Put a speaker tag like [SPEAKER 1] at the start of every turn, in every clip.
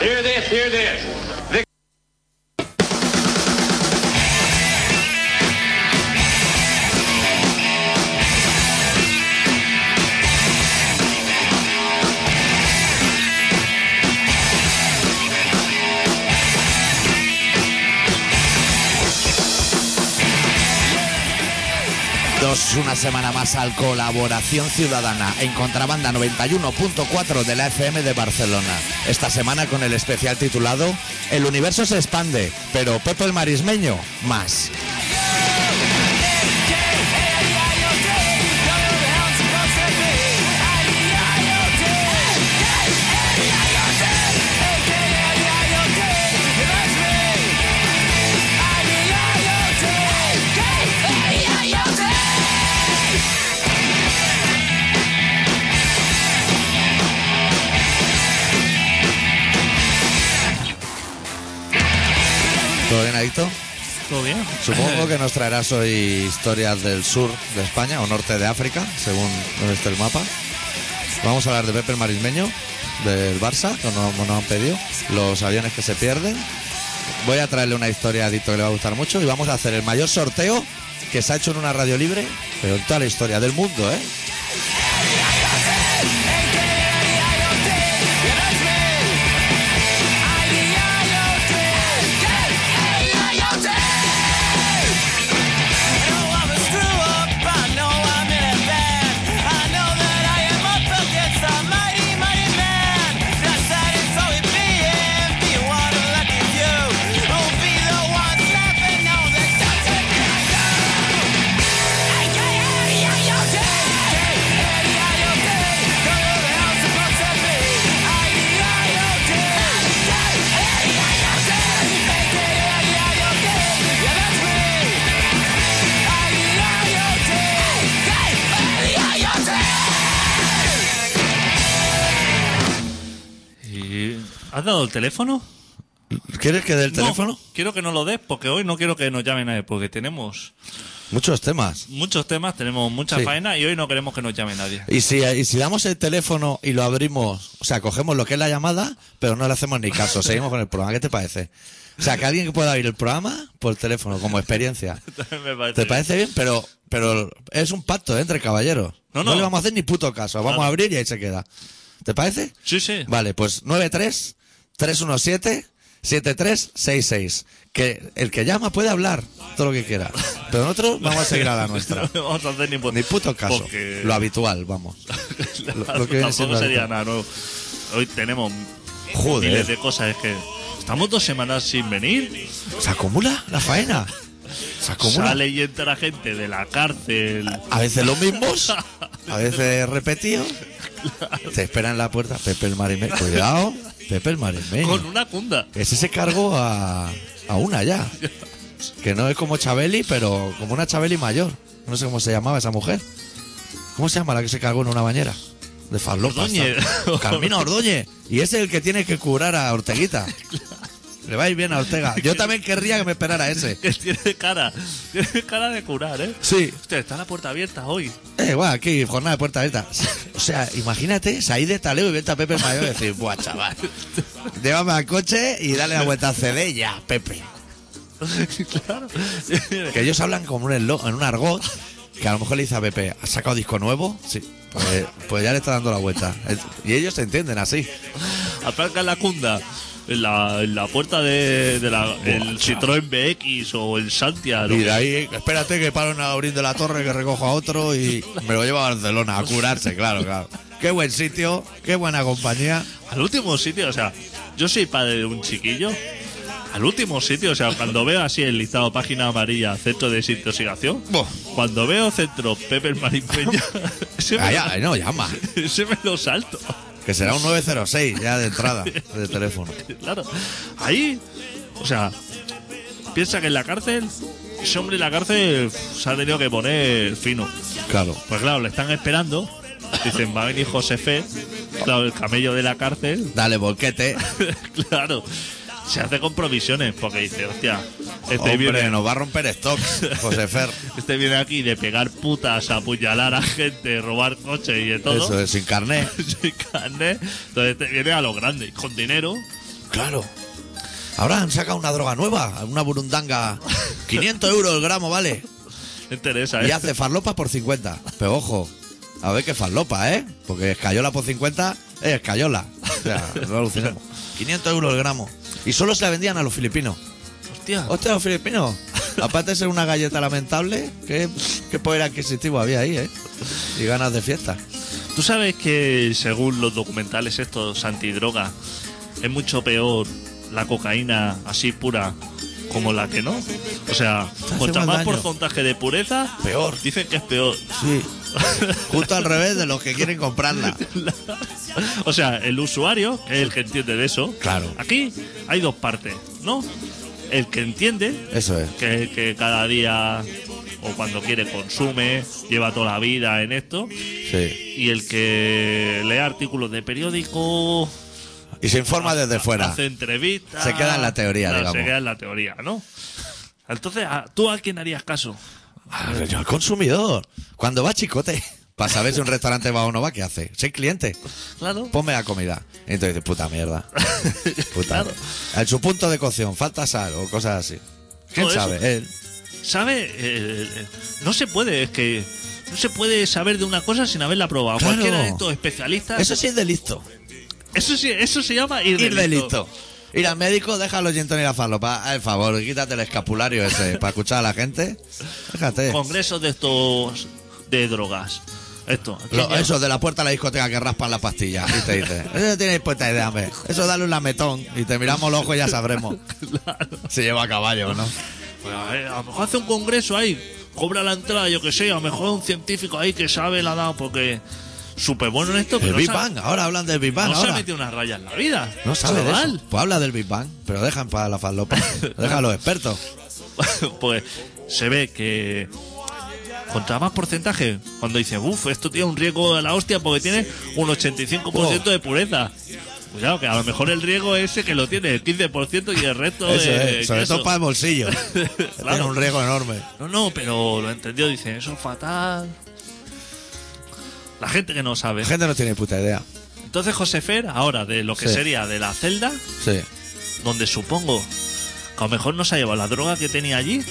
[SPEAKER 1] Hear this, hear this. The
[SPEAKER 2] Dos, una semana más al Colaboración Ciudadana en Contrabanda 91.4 de la FM de Barcelona. Esta semana con el especial titulado El universo se expande, pero Pepo el Marismeño más. ¿Todo bien, Adicto?
[SPEAKER 3] ¿Todo bien?
[SPEAKER 2] Supongo que nos traerás hoy historias del sur de España o norte de África, según donde esté el mapa. Vamos a hablar de Pepe el Marismeño, del Barça, que nos, nos han pedido, los aviones que se pierden. Voy a traerle una historia a Adicto que le va a gustar mucho y vamos a hacer el mayor sorteo que se ha hecho en una radio libre, pero en toda la historia del mundo, ¿eh?
[SPEAKER 3] ¿Y ¿Has dado el teléfono?
[SPEAKER 2] ¿Quieres que dé el teléfono?
[SPEAKER 3] Eh, No, quiero que no lo des porque hoy no quiero que nos llame nadie porque tenemos
[SPEAKER 2] Muchos temas.
[SPEAKER 3] muchos temas, tenemos mucha
[SPEAKER 2] Sí.
[SPEAKER 3] faena y hoy no queremos que nos llame nadie.
[SPEAKER 2] Y si, eh, y si damos el teléfono y lo abrimos, o sea, cogemos lo que es la llamada, pero no le hacemos ni caso, seguimos con el programa, ¿qué te parece? O sea, que alguien que pueda oír el programa por teléfono, como experiencia.
[SPEAKER 3] Me parece
[SPEAKER 2] ¿Te
[SPEAKER 3] bien.
[SPEAKER 2] parece bien? Pero pero es un pacto ¿eh? entre caballeros.
[SPEAKER 3] No,
[SPEAKER 2] No,
[SPEAKER 3] no.
[SPEAKER 2] le vamos a hacer ni puto caso, vamos
[SPEAKER 3] Claro.
[SPEAKER 2] a abrir y ahí se queda. ¿Te parece?
[SPEAKER 3] Sí, sí.
[SPEAKER 2] Vale, pues 93-317-7366. Que el que llama puede hablar todo lo que quiera, pero nosotros vamos a seguir a la nuestra.
[SPEAKER 3] No vamos a hacer ni, pu-
[SPEAKER 2] Ni puto caso.
[SPEAKER 3] porque-
[SPEAKER 2] Lo habitual, vamos. lo- lo que viene siendo
[SPEAKER 3] tampoco sería
[SPEAKER 2] habitual.
[SPEAKER 3] nada nuevo. Hoy tenemos
[SPEAKER 2] Joder.
[SPEAKER 3] miles de cosas. Es que estamos dos semanas sin venir.
[SPEAKER 2] Se acumula la faena. Se acumula.
[SPEAKER 3] Sale y entra gente de la cárcel.
[SPEAKER 2] A veces los mismos, a veces repetidos. Te esperan en la puerta Pepe el Marimeño. Cuidado, Pepe el
[SPEAKER 3] Con
[SPEAKER 2] Marimeño.
[SPEAKER 3] una cunda.
[SPEAKER 2] Ese se cargó a, a una ya. Que no es como Chabeli, pero como una Chabeli mayor. No sé cómo se llamaba esa mujer. ¿Cómo se llama la que se cargó en una bañera? De Farlopa.
[SPEAKER 3] Ordóñez.
[SPEAKER 2] está. Carmina Ordóñez. Y ese es el que tiene que curar a Orteguita. Le va a ir bien a Ortega. Yo también querría que me esperara ese.
[SPEAKER 3] Que tiene cara. Tiene cara de curar, ¿eh?
[SPEAKER 2] Sí,
[SPEAKER 3] Hostia, está la puerta abierta hoy.
[SPEAKER 2] Eh, guau, aquí, jornada de puerta abierta. O sea, imagínate, salir de taleo y vete a Pepe el Mayor y decir, buah, chaval, llévame al coche y dale la vuelta a CD ya, Pepe.
[SPEAKER 3] claro.
[SPEAKER 2] Que ellos hablan como un eslo- en un argot que a lo mejor le dice a Pepe, ¿has sacado disco nuevo? Sí. Pues, pues ya le está dando la vuelta. Y ellos se entienden así.
[SPEAKER 3] Aparca la cunda. En la, en la puerta de, de la, el Citroën BX o el Santia. lo
[SPEAKER 2] Y
[SPEAKER 3] que-
[SPEAKER 2] de ahí, espérate que paro en Aurín de la Torre, que recojo a otro y me lo llevo a Barcelona a curarse, claro, claro. Qué buen sitio, qué buena compañía.
[SPEAKER 3] Al último sitio, o sea, yo soy padre de un chiquillo. Al último sitio, o sea, cuando veo así el listado página amarilla, centro de desintoxicación,
[SPEAKER 2] Buah.
[SPEAKER 3] cuando veo centro Pepe el Marín Peña, ese, me,
[SPEAKER 2] Calla, Ah, no, llama.
[SPEAKER 3] ese me lo salto.
[SPEAKER 2] Que será un 906 ya de entrada de teléfono.
[SPEAKER 3] Claro, ahí, o sea, piensa que en la cárcel, ese hombre en la cárcel uf, se ha tenido que poner fino.
[SPEAKER 2] Claro.
[SPEAKER 3] Pues claro, le están esperando. Dicen, va a venir Josefe, claro, el camello de la cárcel,
[SPEAKER 2] Dale bolquete.
[SPEAKER 3] claro, se hace con provisiones porque dice, hostia, este
[SPEAKER 2] Hombre,
[SPEAKER 3] viene.
[SPEAKER 2] nos va a romper stocks, José Fer.
[SPEAKER 3] Este viene aquí de pegar putas, apuñalar a gente, robar coches y de todo.
[SPEAKER 2] Eso es, sin carné.
[SPEAKER 3] Sin carnet. Entonces este viene a lo grande, con dinero,
[SPEAKER 2] Claro. Ahora han sacado una droga nueva, una burundanga. 500 euros el gramo, vale.
[SPEAKER 3] Me interesa,
[SPEAKER 2] Y
[SPEAKER 3] ¿eh?
[SPEAKER 2] hace farlopa por 50. Pero ojo, a ver qué farlopa, ¿eh? Porque escayola por 50 es escayola. O sea, no alucinemos. 500 euros el gramo. Y solo se la vendían a los filipinos.
[SPEAKER 3] Hostia.
[SPEAKER 2] Hostia, los filipinos. Aparte de ser una galleta lamentable, qué, qué poder adquisitivo había ahí, ¿eh? Y ganas de fiesta.
[SPEAKER 3] Tú sabes que según los documentales estos antidroga, es mucho peor la cocaína así pura como la que no. O sea, cuanta
[SPEAKER 2] más
[SPEAKER 3] más
[SPEAKER 2] daño.
[SPEAKER 3] porcentaje de pureza,
[SPEAKER 2] Peor.
[SPEAKER 3] Dicen que es peor.
[SPEAKER 2] Sí. Justo al revés de los que quieren comprarla.
[SPEAKER 3] O sea, el usuario, que es el que entiende de eso.
[SPEAKER 2] Claro.
[SPEAKER 3] Aquí hay dos partes, ¿no? El que entiende,
[SPEAKER 2] Eso es.
[SPEAKER 3] que, que cada día o cuando quiere consume, lleva toda la vida en esto.
[SPEAKER 2] Sí.
[SPEAKER 3] Y el que lee artículos de periódico,
[SPEAKER 2] Y se informa desde fuera.
[SPEAKER 3] hace entrevistas.
[SPEAKER 2] Se queda en la teoría,
[SPEAKER 3] Claro,
[SPEAKER 2] digamos.
[SPEAKER 3] Se queda en la teoría, ¿no? Entonces, ¿a- ¿tú a quién harías caso?
[SPEAKER 2] Ah, yo al consumidor. Cuando va chicote. Para saber si un restaurante va o no va, ¿qué hace? Soy cliente.
[SPEAKER 3] Claro.
[SPEAKER 2] Ponme la comida. Y entonces dice, puta mierda. Puta
[SPEAKER 3] Claro.
[SPEAKER 2] mierda. En su punto de cocción, falta sal o cosas así. ¿Quién
[SPEAKER 3] Todo eso.
[SPEAKER 2] sabe? Él.
[SPEAKER 3] ¿Sabe? Eh, eh, eh, no se puede, es que no se puede saber de una cosa sin haberla probado.
[SPEAKER 2] Claro.
[SPEAKER 3] Cualquiera de estos especialistas.
[SPEAKER 2] Eso sí es delito.
[SPEAKER 3] Eso sí, eso se llama ir de
[SPEAKER 2] Ir de
[SPEAKER 3] listo.
[SPEAKER 2] listo. Ir al médico, déjalo yentón y la falopa. Al favor, quítate el escapulario ese para escuchar a la gente. Déjate.
[SPEAKER 3] Congresos de estos de drogas. Esto.
[SPEAKER 2] Lo- eso de la puerta a la discoteca que raspan las pastillas y te dice, eso no tienes puesta idea, hombre. Eso dale un lametón y te miramos los ojos y ya sabremos. Se lleva a caballo, ¿no?
[SPEAKER 3] Pues a, ver, a lo mejor hace un congreso ahí, cobra la entrada, yo que sé, a lo mejor un científico ahí que sabe la ha dado porque súper bueno en esto,
[SPEAKER 2] El
[SPEAKER 3] pero
[SPEAKER 2] Big
[SPEAKER 3] no, sabe,
[SPEAKER 2] Bang, ahora hablan del Big Bang.
[SPEAKER 3] no se ha
[SPEAKER 2] ahora.
[SPEAKER 3] metido una raya en la vida.
[SPEAKER 2] No sabe de eso.
[SPEAKER 3] chaval.
[SPEAKER 2] Pues habla del Big Bang, pero dejan para la falopa. Deja a los expertos.
[SPEAKER 3] pues se ve que contra más porcentaje, cuando dices, uff, esto tiene un riesgo de la hostia porque tiene un 85%
[SPEAKER 2] Oh.
[SPEAKER 3] de pureza. Cuidado, que a lo mejor el riesgo ese que lo tiene, el 15% y el resto
[SPEAKER 2] Eso
[SPEAKER 3] de
[SPEAKER 2] es, sobre
[SPEAKER 3] queso.
[SPEAKER 2] todo para el bolsillo. Tiene
[SPEAKER 3] Claro.
[SPEAKER 2] un riesgo enorme.
[SPEAKER 3] No, no, pero lo entendió, dice, eso es fatal. La gente que no sabe.
[SPEAKER 2] La gente no tiene ni puta idea.
[SPEAKER 3] Entonces Josefer, ahora de lo que
[SPEAKER 2] Sí.
[SPEAKER 3] sería de la celda,
[SPEAKER 2] Sí.
[SPEAKER 3] donde supongo que a lo mejor no se ha llevado la droga que tenía allí,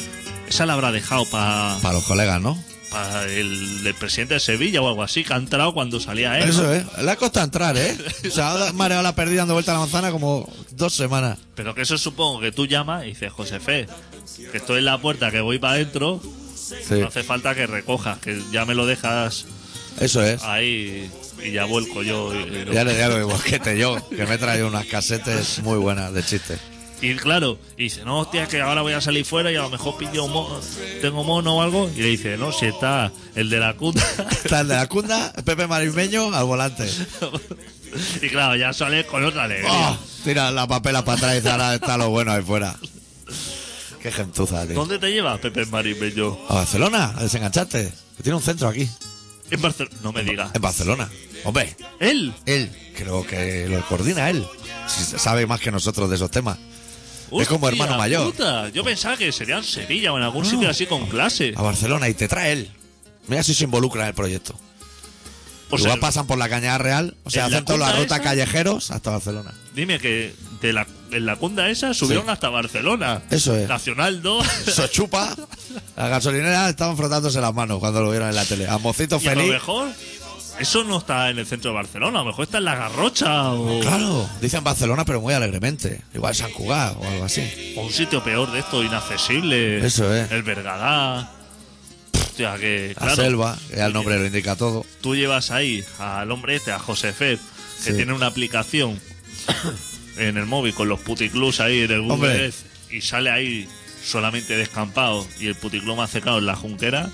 [SPEAKER 3] esa la habrá dejado para
[SPEAKER 2] Para los colegas, ¿no?
[SPEAKER 3] para el, el presidente de Sevilla o algo así, que ha entrado cuando salía él.
[SPEAKER 2] Eso es. Le ha costado entrar, ¿eh? O sea, ha mareado la perdida dando vuelta a la manzana como dos semanas.
[SPEAKER 3] Pero que eso supongo que tú llamas y dices, Josefe, que estoy en la puerta, que voy para adentro,
[SPEAKER 2] Sí.
[SPEAKER 3] no hace falta que recojas, que ya me lo dejas
[SPEAKER 2] Eso es.
[SPEAKER 3] ahí y ya vuelco yo. Y, y-
[SPEAKER 2] Ya le ya lo de bosquete yo, que me he traído unas casetes muy buenas de chistes.
[SPEAKER 3] y claro, y dice, no, hostia, que ahora voy a salir fuera y a lo mejor pillo un mono, tengo mono o algo. Y le dice, no, si está el de la cuna.
[SPEAKER 2] Está el de la cunda, Pepe Marismeño al volante.
[SPEAKER 3] y claro, ya sale con otra alegría.
[SPEAKER 2] ¡Oh! Tira la papela para atrás y dice, ahora está lo bueno ahí fuera. Qué gentuza, tío.
[SPEAKER 3] ¿Dónde te llevas, Pepe Marín Bello?
[SPEAKER 2] A Barcelona, a desengancharte. Que Tiene un centro aquí,
[SPEAKER 3] En Barcelona. No me digas.
[SPEAKER 2] en Barcelona. Hombre,
[SPEAKER 3] Él.
[SPEAKER 2] él, creo que lo coordina él. Si sabe más que nosotros de esos temas. Es como
[SPEAKER 3] Hostia
[SPEAKER 2] hermano mayor.
[SPEAKER 3] puta, Yo pensaba que sería en Sevilla o en algún sitio así con clase.
[SPEAKER 2] A Barcelona y te trae él. Mira si se involucra en el proyecto.
[SPEAKER 3] O sea,
[SPEAKER 2] Igual pasan por la Cañada Real, o sea,
[SPEAKER 3] Pues en la
[SPEAKER 2] hacen toda la
[SPEAKER 3] cunda
[SPEAKER 2] ruta
[SPEAKER 3] esa-
[SPEAKER 2] callejeros hasta Barcelona.
[SPEAKER 3] dime que de la, en la cunda esa subieron
[SPEAKER 2] Sí.
[SPEAKER 3] hasta Barcelona.
[SPEAKER 2] Eso es.
[SPEAKER 3] Nacional 2.
[SPEAKER 2] Se chupa. Las gasolineras estaban frotándose las manos cuando lo vieron en la tele. A Mocito
[SPEAKER 3] Y a lo
[SPEAKER 2] Feliz.
[SPEAKER 3] mejor eso no está en el centro de Barcelona. A lo mejor está en la Garrocha o,
[SPEAKER 2] Claro, dicen Barcelona, pero muy alegremente. Igual San Cugat o algo así.
[SPEAKER 3] o un sitio peor de esto, inaccesible.
[SPEAKER 2] Eso es.
[SPEAKER 3] El Bergadá. Hostia, que
[SPEAKER 2] La
[SPEAKER 3] claro.
[SPEAKER 2] selva, que ya el nombre lo indica todo.
[SPEAKER 3] tú llevas ahí al hombre este, a José Fer, que
[SPEAKER 2] Sí.
[SPEAKER 3] tiene una aplicación en el móvil con los puticlubs ahí en el Google
[SPEAKER 2] Hombre.
[SPEAKER 3] Earth, y sale ahí solamente descampado y el puticlub más cercano en la junquera.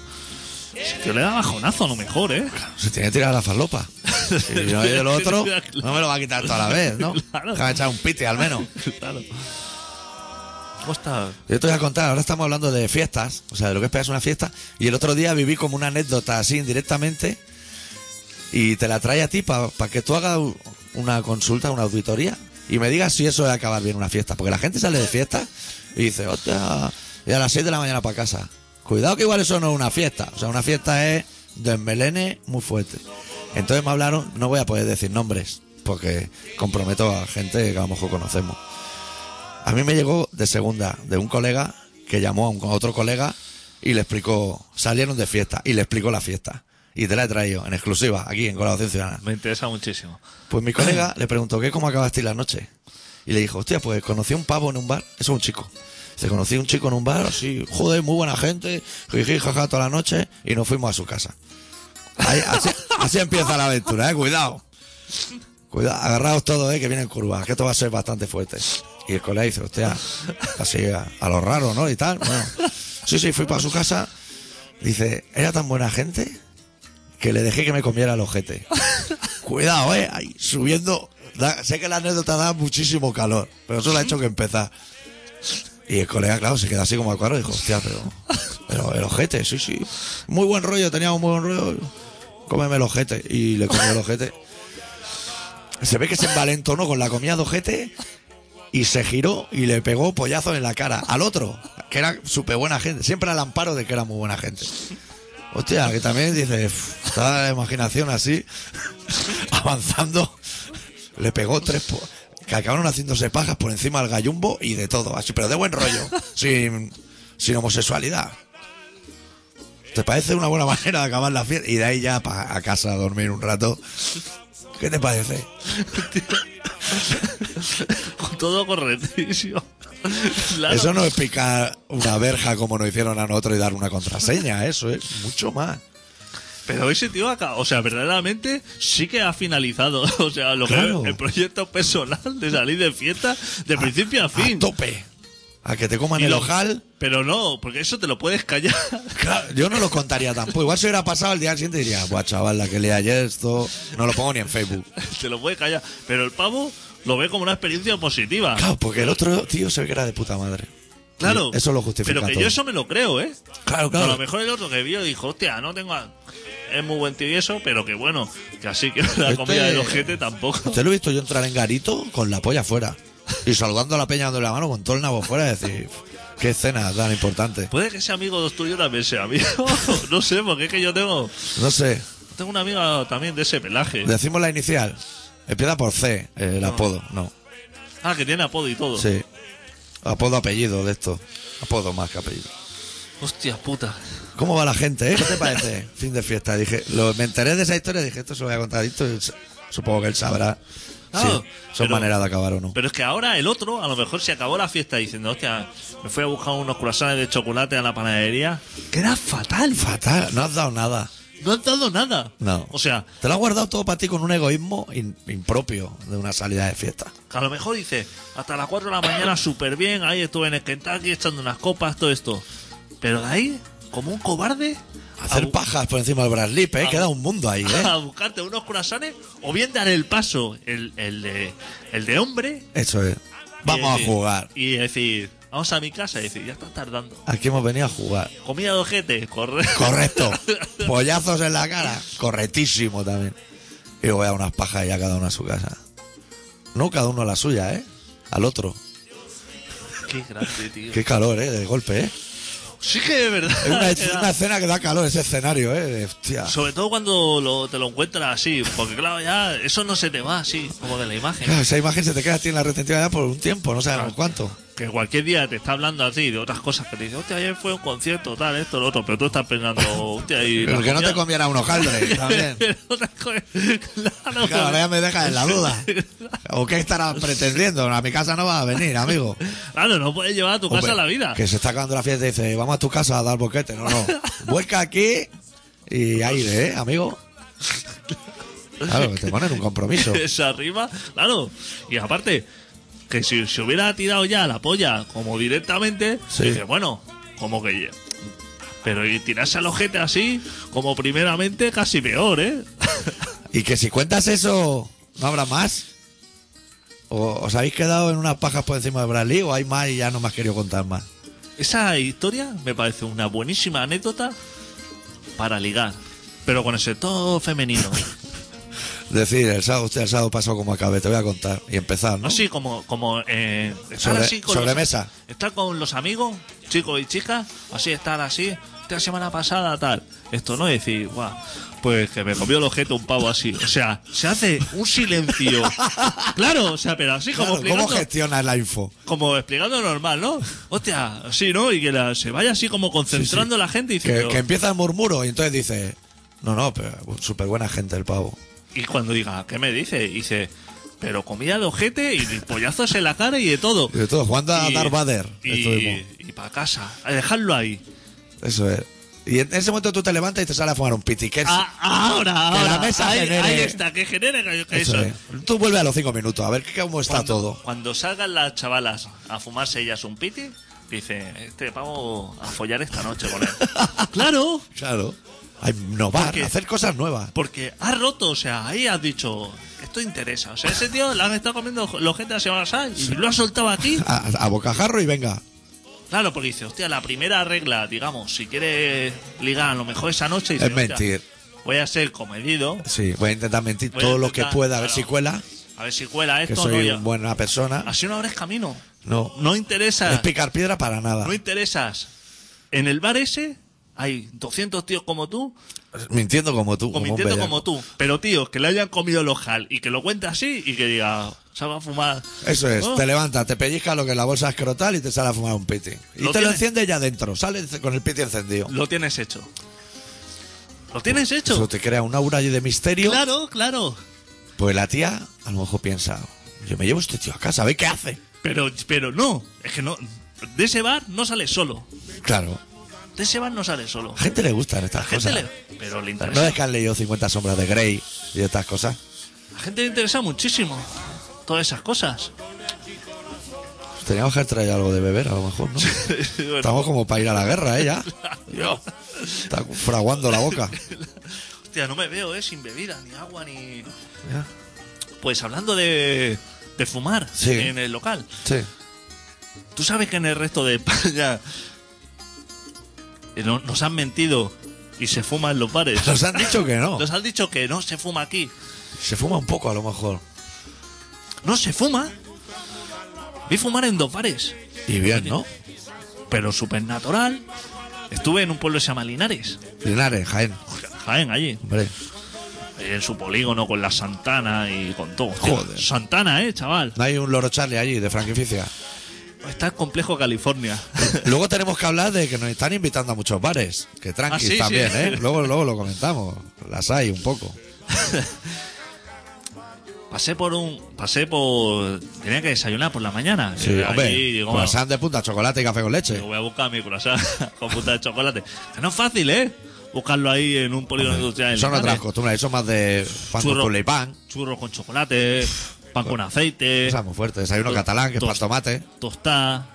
[SPEAKER 3] Si te le da bajonazo a lo mejor, ¿eh?
[SPEAKER 2] Se tiene que tirar la farlopa. Si no hay el otro, no me lo va a quitar toda la vez, ¿no?
[SPEAKER 3] Claro.
[SPEAKER 2] Déjame echar un pite al menos.
[SPEAKER 3] Claro. Costa.
[SPEAKER 2] Yo te voy a contar, ahora estamos hablando de fiestas, o sea, de lo que es pegarse una fiesta, y el otro día viví como una anécdota así indirectamente, y te la trae a ti para que tú hagas u- una consulta, una auditoría, y me digas si eso es acabar bien una fiesta, porque la gente sale de fiesta y dice, hostia, y a las 6 de la mañana para casa. Cuidado que igual eso no es una fiesta, o sea, una fiesta es desmelene muy fuerte. Entonces me hablaron, no voy a poder decir nombres, porque comprometo a gente que a lo mejor conocemos. A mí me llegó de segunda, de un colega que llamó a, un- a otro colega y le explicó, salieron de fiesta y le explicó la fiesta. Y te la he traído en exclusiva aquí en Colaboración Ciudadana.
[SPEAKER 3] Me interesa muchísimo.
[SPEAKER 2] Pues mi colega le preguntó, ¿qué cómo acabaste la noche? Y le dijo, hostia, pues conocí a un pavo en un bar, eso es un chico. Se conocí a un chico en un bar, así, joder, muy buena gente, jiji, jaja, toda la noche, y nos fuimos a su casa. Ahí- así, así empieza la aventura, eh, cuidado. Cuidado, agarrados todos, eh, que vienen curvas, que esto va a ser bastante fuerte. Y el colega dice, hostia, así a, a lo raro, ¿no? Y tal, bueno. Sí, sí, fui para su casa. Dice, era tan buena gente que le dejé que me comiera el ojete. Cuidado, eh, ahí, subiendo. Da- sé que la anécdota da muchísimo calor, pero eso la ha hecho que empezar. Y el colega, claro, se queda así como al cuadro y dijo, hostia, pero, pero el ojete, sí, sí. Muy buen rollo, tenía un muy buen rollo. Cómeme el ojete. Y le comió el ojete. Se ve que se envalentonó con la comida de ojete y se giró y le pegó pollazos en la cara al otro, que era súper buena gente. Siempre al amparo de que era muy buena gente. Hostia, que también dice, "Uf, está la imaginación así, avanzando. Le pegó tres po- que acabaron haciéndose pajas por encima del gallumbo y de todo, así, pero de buen rollo, sin, sin homosexualidad. ¿Te parece una buena manera de acabar la fiesta? Y de ahí ya pa- a casa a dormir un rato. ¿Qué te parece?
[SPEAKER 3] Con todo correctísimo. Claro.
[SPEAKER 2] Eso no es picar una verja como nos hicieron a nosotros y dar una contraseña, eso es mucho más.
[SPEAKER 3] Pero ese tío acá, o sea, verdaderamente sí que ha finalizado. O sea, lo que-
[SPEAKER 2] Claro.
[SPEAKER 3] el proyecto personal de salir de fiesta de principio a
[SPEAKER 2] A
[SPEAKER 3] fin.
[SPEAKER 2] tope. A que te coman
[SPEAKER 3] Y
[SPEAKER 2] el
[SPEAKER 3] lo-
[SPEAKER 2] ojal.
[SPEAKER 3] Pero no, porque eso te lo puedes callar.
[SPEAKER 2] Claro, yo no lo contaría tampoco. Igual si hubiera pasado el día siguiente diría, buah, chaval, la que leí ayer esto, no lo pongo ni en Facebook.
[SPEAKER 3] te lo puedes callar. Pero el pavo lo ve como una experiencia positiva.
[SPEAKER 2] Claro, porque el otro tío se ve que era de puta madre.
[SPEAKER 3] Claro.
[SPEAKER 2] Y Eso lo justifica
[SPEAKER 3] Pero que
[SPEAKER 2] todo.
[SPEAKER 3] yo eso me lo creo, ¿eh?
[SPEAKER 2] Claro,
[SPEAKER 3] A
[SPEAKER 2] claro.
[SPEAKER 3] lo mejor el otro que vio dijo, hostia, no tengo... a- Es muy buen tío y eso, pero que bueno, que así que la
[SPEAKER 2] Este-
[SPEAKER 3] comida del ojete tampoco.
[SPEAKER 2] Te lo he visto yo entrar en garito con la polla fuera. Y saludando a la peña de la mano con todo el nabo fuera y decir, qué escena tan importante.
[SPEAKER 3] Puede que ese amigo tuyo también sea amigo. no sé, porque es que yo tengo...
[SPEAKER 2] No sé,
[SPEAKER 3] Tengo una amiga también de ese pelaje.
[SPEAKER 2] decimos la inicial. Empieza por C, el apodo, no.
[SPEAKER 3] Ah, que tiene apodo y todo.
[SPEAKER 2] Sí. Apodo, apellido de esto. Apodo más que apellido.
[SPEAKER 3] Hostia puta.
[SPEAKER 2] ¿Cómo va la gente, eh? ¿Qué te parece? fin de fiesta. Dije, lo- me enteré de esa historia y dije, esto se lo voy a contar a Dicto y se- Supongo que él sabrá si
[SPEAKER 3] Claro,
[SPEAKER 2] son
[SPEAKER 3] pero-
[SPEAKER 2] maneras de acabar o no.
[SPEAKER 3] Pero es que ahora el otro, a lo mejor se acabó la fiesta diciendo, hostia, me fui a buscar unos croissants de chocolate a la panadería. Queda fatal.
[SPEAKER 2] Fatal, no has dado nada.
[SPEAKER 3] No han dado nada.
[SPEAKER 2] No.
[SPEAKER 3] O sea,
[SPEAKER 2] Te lo has guardado todo para ti con un egoísmo in- impropio de una salida de fiesta.
[SPEAKER 3] que a lo mejor dice, hasta las 4 de la mañana súper bien, ahí estuve en el Kentucky echando unas copas, todo esto. Pero de ahí, como un cobarde,
[SPEAKER 2] Hacer
[SPEAKER 3] bu-
[SPEAKER 2] pajas por encima del Braslip, ¿eh?
[SPEAKER 3] a-
[SPEAKER 2] Queda un mundo ahí, ¿eh?
[SPEAKER 3] a buscarte unos croissants o bien dar el paso, el, el, de, el de hombre,
[SPEAKER 2] Eso es. Vamos
[SPEAKER 3] Y
[SPEAKER 2] a
[SPEAKER 3] decir-
[SPEAKER 2] jugar.
[SPEAKER 3] Y decir, vamos a mi casa y decir, ya estás tardando.
[SPEAKER 2] Aquí hemos venido a jugar.
[SPEAKER 3] Comida de ojete, corre.
[SPEAKER 2] Correcto. Pollazos en la cara. Correctísimo también. Y voy a unas pajas y a cada uno a su casa. No cada uno a la suya, ¿eh? Al otro.
[SPEAKER 3] Qué grande, tío.
[SPEAKER 2] Qué calor, ¿eh? De golpe, ¿eh?
[SPEAKER 3] Sí que es verdad.
[SPEAKER 2] Es una,
[SPEAKER 3] Era-
[SPEAKER 2] una escena que da calor, ese escenario, ¿eh? De, hostia.
[SPEAKER 3] Sobre todo cuando lo- te lo encuentras así, porque claro, ya eso no se te va así, como de la imagen.
[SPEAKER 2] Claro, esa imagen se te queda a ti en la retentiva ya por un tiempo, no sabemos cuánto.
[SPEAKER 3] Que cualquier día te está hablando así de otras cosas que te dice, hostia, ayer fue un concierto, tal, esto, lo otro, pero tú estás pensando, hostia, y. la
[SPEAKER 2] Pero que no te
[SPEAKER 3] comida-
[SPEAKER 2] comiera un hojaldre también.
[SPEAKER 3] No te comes- claro,
[SPEAKER 2] Claro, ahora ya me dejas en la duda. ¿O qué estarán pretendiendo? A mi casa no vas a venir, amigo.
[SPEAKER 3] Claro, no puedes llevar a tu casa
[SPEAKER 2] Hombre,
[SPEAKER 3] la vida.
[SPEAKER 2] Que se está acabando la fiesta y dice, vamos a tu casa a dar boquete. No, no. Vuelca aquí y aire, ¿eh, amigo? Claro, que te ponen un compromiso.
[SPEAKER 3] que se arriba, claro. Y aparte, que si se hubiera tirado ya la polla como directamente,
[SPEAKER 2] Sí.
[SPEAKER 3] dice, bueno, como que. Pero y tirarse al ojete así, como primeramente, casi peor, ¿eh?
[SPEAKER 2] Y que si cuentas eso, ¿no habrá más? ¿O os habéis quedado en unas pajas por encima de Bradley o hay más y ya no me has querido contar más?
[SPEAKER 3] Esa historia me parece una buenísima anécdota para ligar, pero con ese todo femenino.
[SPEAKER 2] Decir, el sábado, usted el sábado pasó como acabé, te voy a contar. Y empezar, ¿no?
[SPEAKER 3] Así como, como eh, estar
[SPEAKER 2] Sobre-
[SPEAKER 3] así con
[SPEAKER 2] sobre
[SPEAKER 3] los-
[SPEAKER 2] mesa.
[SPEAKER 3] Estar con los amigos, chicos y chicas, así estar así. hostia, semana pasada, tal. Esto no es decir, guau, pues que me comió el objeto un pavo así. O sea, se hace un silencio. Claro, o sea, pero así como
[SPEAKER 2] Claro, ¿Cómo
[SPEAKER 3] explicando-
[SPEAKER 2] gestionas la info?
[SPEAKER 3] como explicando normal, ¿no? Hostia, sí, ¿no? Y que la- se vaya así como concentrando la gente y
[SPEAKER 2] Que,
[SPEAKER 3] diciendo...
[SPEAKER 2] que empieza el murmuro y entonces dice, no, no, pero súper buena gente el pavo.
[SPEAKER 3] Y cuando diga, ¿qué me dice? Y Dice, pero comida de ojete y pollazos en la cara y de todo.
[SPEAKER 2] Y de todo, jugando a
[SPEAKER 3] Y-
[SPEAKER 2] Darth Vader.
[SPEAKER 3] Y,
[SPEAKER 2] estuvimos.
[SPEAKER 3] para casa, a dejarlo ahí.
[SPEAKER 2] Eso es. Y en ese momento tú te levantas y te sales a fumar un piti. Que es-
[SPEAKER 3] A- Ah, ahora,
[SPEAKER 2] Que
[SPEAKER 3] ahora.
[SPEAKER 2] la mesa
[SPEAKER 3] ahí,
[SPEAKER 2] genere.
[SPEAKER 3] ahí está, que genere que- que
[SPEAKER 2] eso
[SPEAKER 3] eso.
[SPEAKER 2] es. Tú vuelves a los cinco minutos a ver cómo está
[SPEAKER 3] Cuando-
[SPEAKER 2] todo.
[SPEAKER 3] Cuando salgan las chavalas a fumarse ellas un piti, dice, este vamos a follar esta noche con él. claro.
[SPEAKER 2] Claro. A innovar,
[SPEAKER 3] Porque-
[SPEAKER 2] a hacer cosas nuevas.
[SPEAKER 3] Porque ha roto, o sea, ahí has dicho, esto interesa. O sea, ese tío le han estado comiendo los gente la semana pasada y lo ha soltado aquí.
[SPEAKER 2] A, a bocajarro y venga.
[SPEAKER 3] Claro, porque dice, hostia, la primera regla, digamos, si quieres ligar a lo mejor esa noche...
[SPEAKER 2] Es
[SPEAKER 3] Dice, hostia,
[SPEAKER 2] mentir.
[SPEAKER 3] Voy a ser comedido,
[SPEAKER 2] Sí, voy a intentar mentir
[SPEAKER 3] Voy a
[SPEAKER 2] todo lo que
[SPEAKER 3] intentar,
[SPEAKER 2] pueda, a ver
[SPEAKER 3] claro.
[SPEAKER 2] si cuela,
[SPEAKER 3] a ver si cuela
[SPEAKER 2] que
[SPEAKER 3] esto no
[SPEAKER 2] soy
[SPEAKER 3] ya.
[SPEAKER 2] buena persona.
[SPEAKER 3] Así no abres camino.
[SPEAKER 2] No,
[SPEAKER 3] No
[SPEAKER 2] es
[SPEAKER 3] interesas,
[SPEAKER 2] picar piedra para nada.
[SPEAKER 3] no interesas. En el bar ese hay 200 tíos como tú,
[SPEAKER 2] Mintiendo como tú. como un
[SPEAKER 3] mintiendo
[SPEAKER 2] bellaco.
[SPEAKER 3] como tú, pero tíos que le hayan comido el ojal y que lo cuente así y que diga, se va a fumar.
[SPEAKER 2] Eso es,
[SPEAKER 3] Oh.
[SPEAKER 2] te levantas, te pellizca lo que la bolsa escrotal y te sale a fumar un piti. Y
[SPEAKER 3] Lo
[SPEAKER 2] te lo
[SPEAKER 3] tienes.
[SPEAKER 2] enciendes ya adentro, sales con el piti encendido.
[SPEAKER 3] Lo tienes hecho. Lo tienes
[SPEAKER 2] Eso
[SPEAKER 3] hecho.
[SPEAKER 2] te crea un aura allí de misterio.
[SPEAKER 3] Claro, claro.
[SPEAKER 2] Pues la tía a lo mejor piensa, yo me llevo este tío a casa, a ver qué hace.
[SPEAKER 3] Pero, pero no, es que no. De ese bar no sale solo.
[SPEAKER 2] Claro,
[SPEAKER 3] De ese bar no sale solo.
[SPEAKER 2] a gente le gustan estas
[SPEAKER 3] Gente
[SPEAKER 2] cosas.
[SPEAKER 3] le- pero le
[SPEAKER 2] No
[SPEAKER 3] interesa.
[SPEAKER 2] es que han leído 50 sombras de Grey y estas cosas.
[SPEAKER 3] La gente le interesa muchísimo. Todas esas cosas.
[SPEAKER 2] Teníamos que haber traído algo de beber a lo mejor, ¿no?
[SPEAKER 3] Bueno,
[SPEAKER 2] Estamos como para ir a la guerra, ¿eh? Ya.
[SPEAKER 3] yo-
[SPEAKER 2] Está fraguando la boca.
[SPEAKER 3] Hostia, no me veo, ¿eh? Sin bebida, ni agua, ni.
[SPEAKER 2] Ya.
[SPEAKER 3] Pues hablando de, de fumar
[SPEAKER 2] Sí.
[SPEAKER 3] en el local.
[SPEAKER 2] Sí.
[SPEAKER 3] Tú sabes que en el resto de España eh, no- nos han mentido y se fuma en los bares.
[SPEAKER 2] Nos han dicho que no.
[SPEAKER 3] Nos han dicho que no se fuma aquí.
[SPEAKER 2] Se fuma un poco a lo mejor.
[SPEAKER 3] No se fuma. Vi fumar en dos bares,
[SPEAKER 2] Y bien, ¿no?
[SPEAKER 3] pero supernatural. Estuve en un pueblo que se llama Linares,
[SPEAKER 2] Linares, Jaén.
[SPEAKER 3] Jaén, allí,
[SPEAKER 2] Hombre.
[SPEAKER 3] en su polígono con la Santana y con todo.
[SPEAKER 2] Joder.
[SPEAKER 3] Santana, eh, chaval.
[SPEAKER 2] No hay un loro Charlie allí de franquicia.
[SPEAKER 3] Está el complejo California.
[SPEAKER 2] Luego tenemos que hablar de que nos están invitando a muchos bares. Que tranquis
[SPEAKER 3] Ah, sí,
[SPEAKER 2] también,
[SPEAKER 3] sí.
[SPEAKER 2] ¿eh? Luego, luego lo comentamos. Las hay un poco.
[SPEAKER 3] Pasé por un. Pasé por. Tenía que desayunar por la mañana.
[SPEAKER 2] Sí,
[SPEAKER 3] Y Eh, allí
[SPEAKER 2] hombre. eh".
[SPEAKER 3] digo, bueno,
[SPEAKER 2] croissant de punta, chocolate y café con leche.
[SPEAKER 3] Yo voy a buscar mi croissant con puta de chocolate. Que no es fácil, ¿eh? Buscarlo ahí en un polígono industrial. en
[SPEAKER 2] Son
[SPEAKER 3] Linares.
[SPEAKER 2] otras costumbres, eso más de pan con
[SPEAKER 3] Churro.
[SPEAKER 2] tule y pan.
[SPEAKER 3] Churros con chocolate, pan con aceite,
[SPEAKER 2] Esa es muy fuerte. Desayuno catalán, que es
[SPEAKER 3] Tos-
[SPEAKER 2] pan tomate,
[SPEAKER 3] tostada,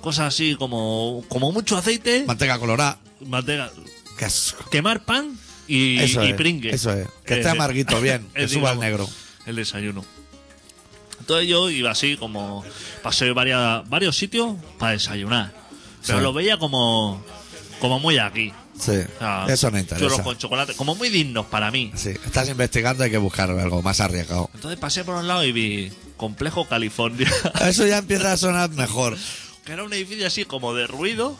[SPEAKER 3] cosas así como, como mucho aceite,
[SPEAKER 2] manteca colorada.
[SPEAKER 3] manteca-
[SPEAKER 2] Qué asco.
[SPEAKER 3] quemar pan y,
[SPEAKER 2] Eso
[SPEAKER 3] y
[SPEAKER 2] es,
[SPEAKER 3] pringue.
[SPEAKER 2] eso es. Que esté
[SPEAKER 3] Eh,
[SPEAKER 2] amarguito bien,
[SPEAKER 3] eh,
[SPEAKER 2] que suba al
[SPEAKER 3] digamos,
[SPEAKER 2] negro.
[SPEAKER 3] El desayuno. Entonces yo iba así como pasé varias, varios sitios para desayunar. Pero
[SPEAKER 2] Sí.
[SPEAKER 3] lo veía como, como muy aquí.
[SPEAKER 2] Sí,
[SPEAKER 3] O sea,
[SPEAKER 2] eso no
[SPEAKER 3] Ah, Churros
[SPEAKER 2] interesa.
[SPEAKER 3] con chocolate, como muy dignos para mí.
[SPEAKER 2] Sí, estás investigando, hay que buscar algo más arriesgado.
[SPEAKER 3] Entonces pasé por un lado y vi Complejo California,
[SPEAKER 2] Eso ya empieza a sonar mejor.
[SPEAKER 3] que era un edificio así como de ruido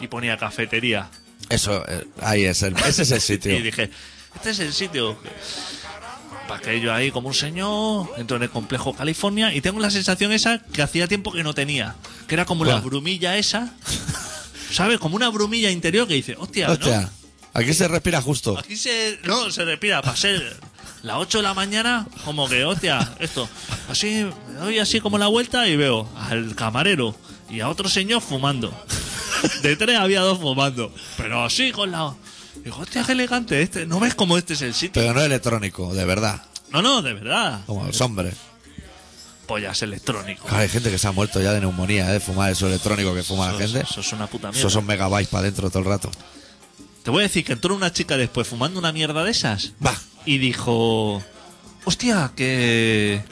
[SPEAKER 3] y ponía cafetería.
[SPEAKER 2] Eso, eh, ahí es, el, ese es el sitio.
[SPEAKER 3] Y dije, este es el sitio. Para que yo ahí como un señor, entro en el complejo California y tengo la sensación esa que hacía tiempo que no tenía. Que era como la
[SPEAKER 2] Buah.
[SPEAKER 3] brumilla esa, ¿sabes? Como una brumilla interior que dice, hostia,
[SPEAKER 2] Hostia,
[SPEAKER 3] ¿no?
[SPEAKER 2] aquí se respira justo.
[SPEAKER 3] Aquí se, no, se respira para ser las 8 de la mañana, como que, hostia, esto. Así, me doy así como la vuelta y veo al camarero y a otro señor fumando. De tres había dos fumando, pero así con la... Digo, hostia, qué elegante este. ¿No ves cómo este es el sitio?
[SPEAKER 2] Pero no electrónico, de verdad.
[SPEAKER 3] No, no, de verdad.
[SPEAKER 2] Como los hombres.
[SPEAKER 3] Pollas electrónicos.
[SPEAKER 2] Claro, hay gente que se ha muerto ya de neumonía, ¿eh? de fumar eso electrónico que fuma la gente.
[SPEAKER 3] Eso es una puta mierda.
[SPEAKER 2] Esos son megabytes para adentro todo el rato.
[SPEAKER 3] Te voy a decir que entró una chica después fumando una mierda de esas.
[SPEAKER 2] Va.
[SPEAKER 3] Y dijo... Hostia, que...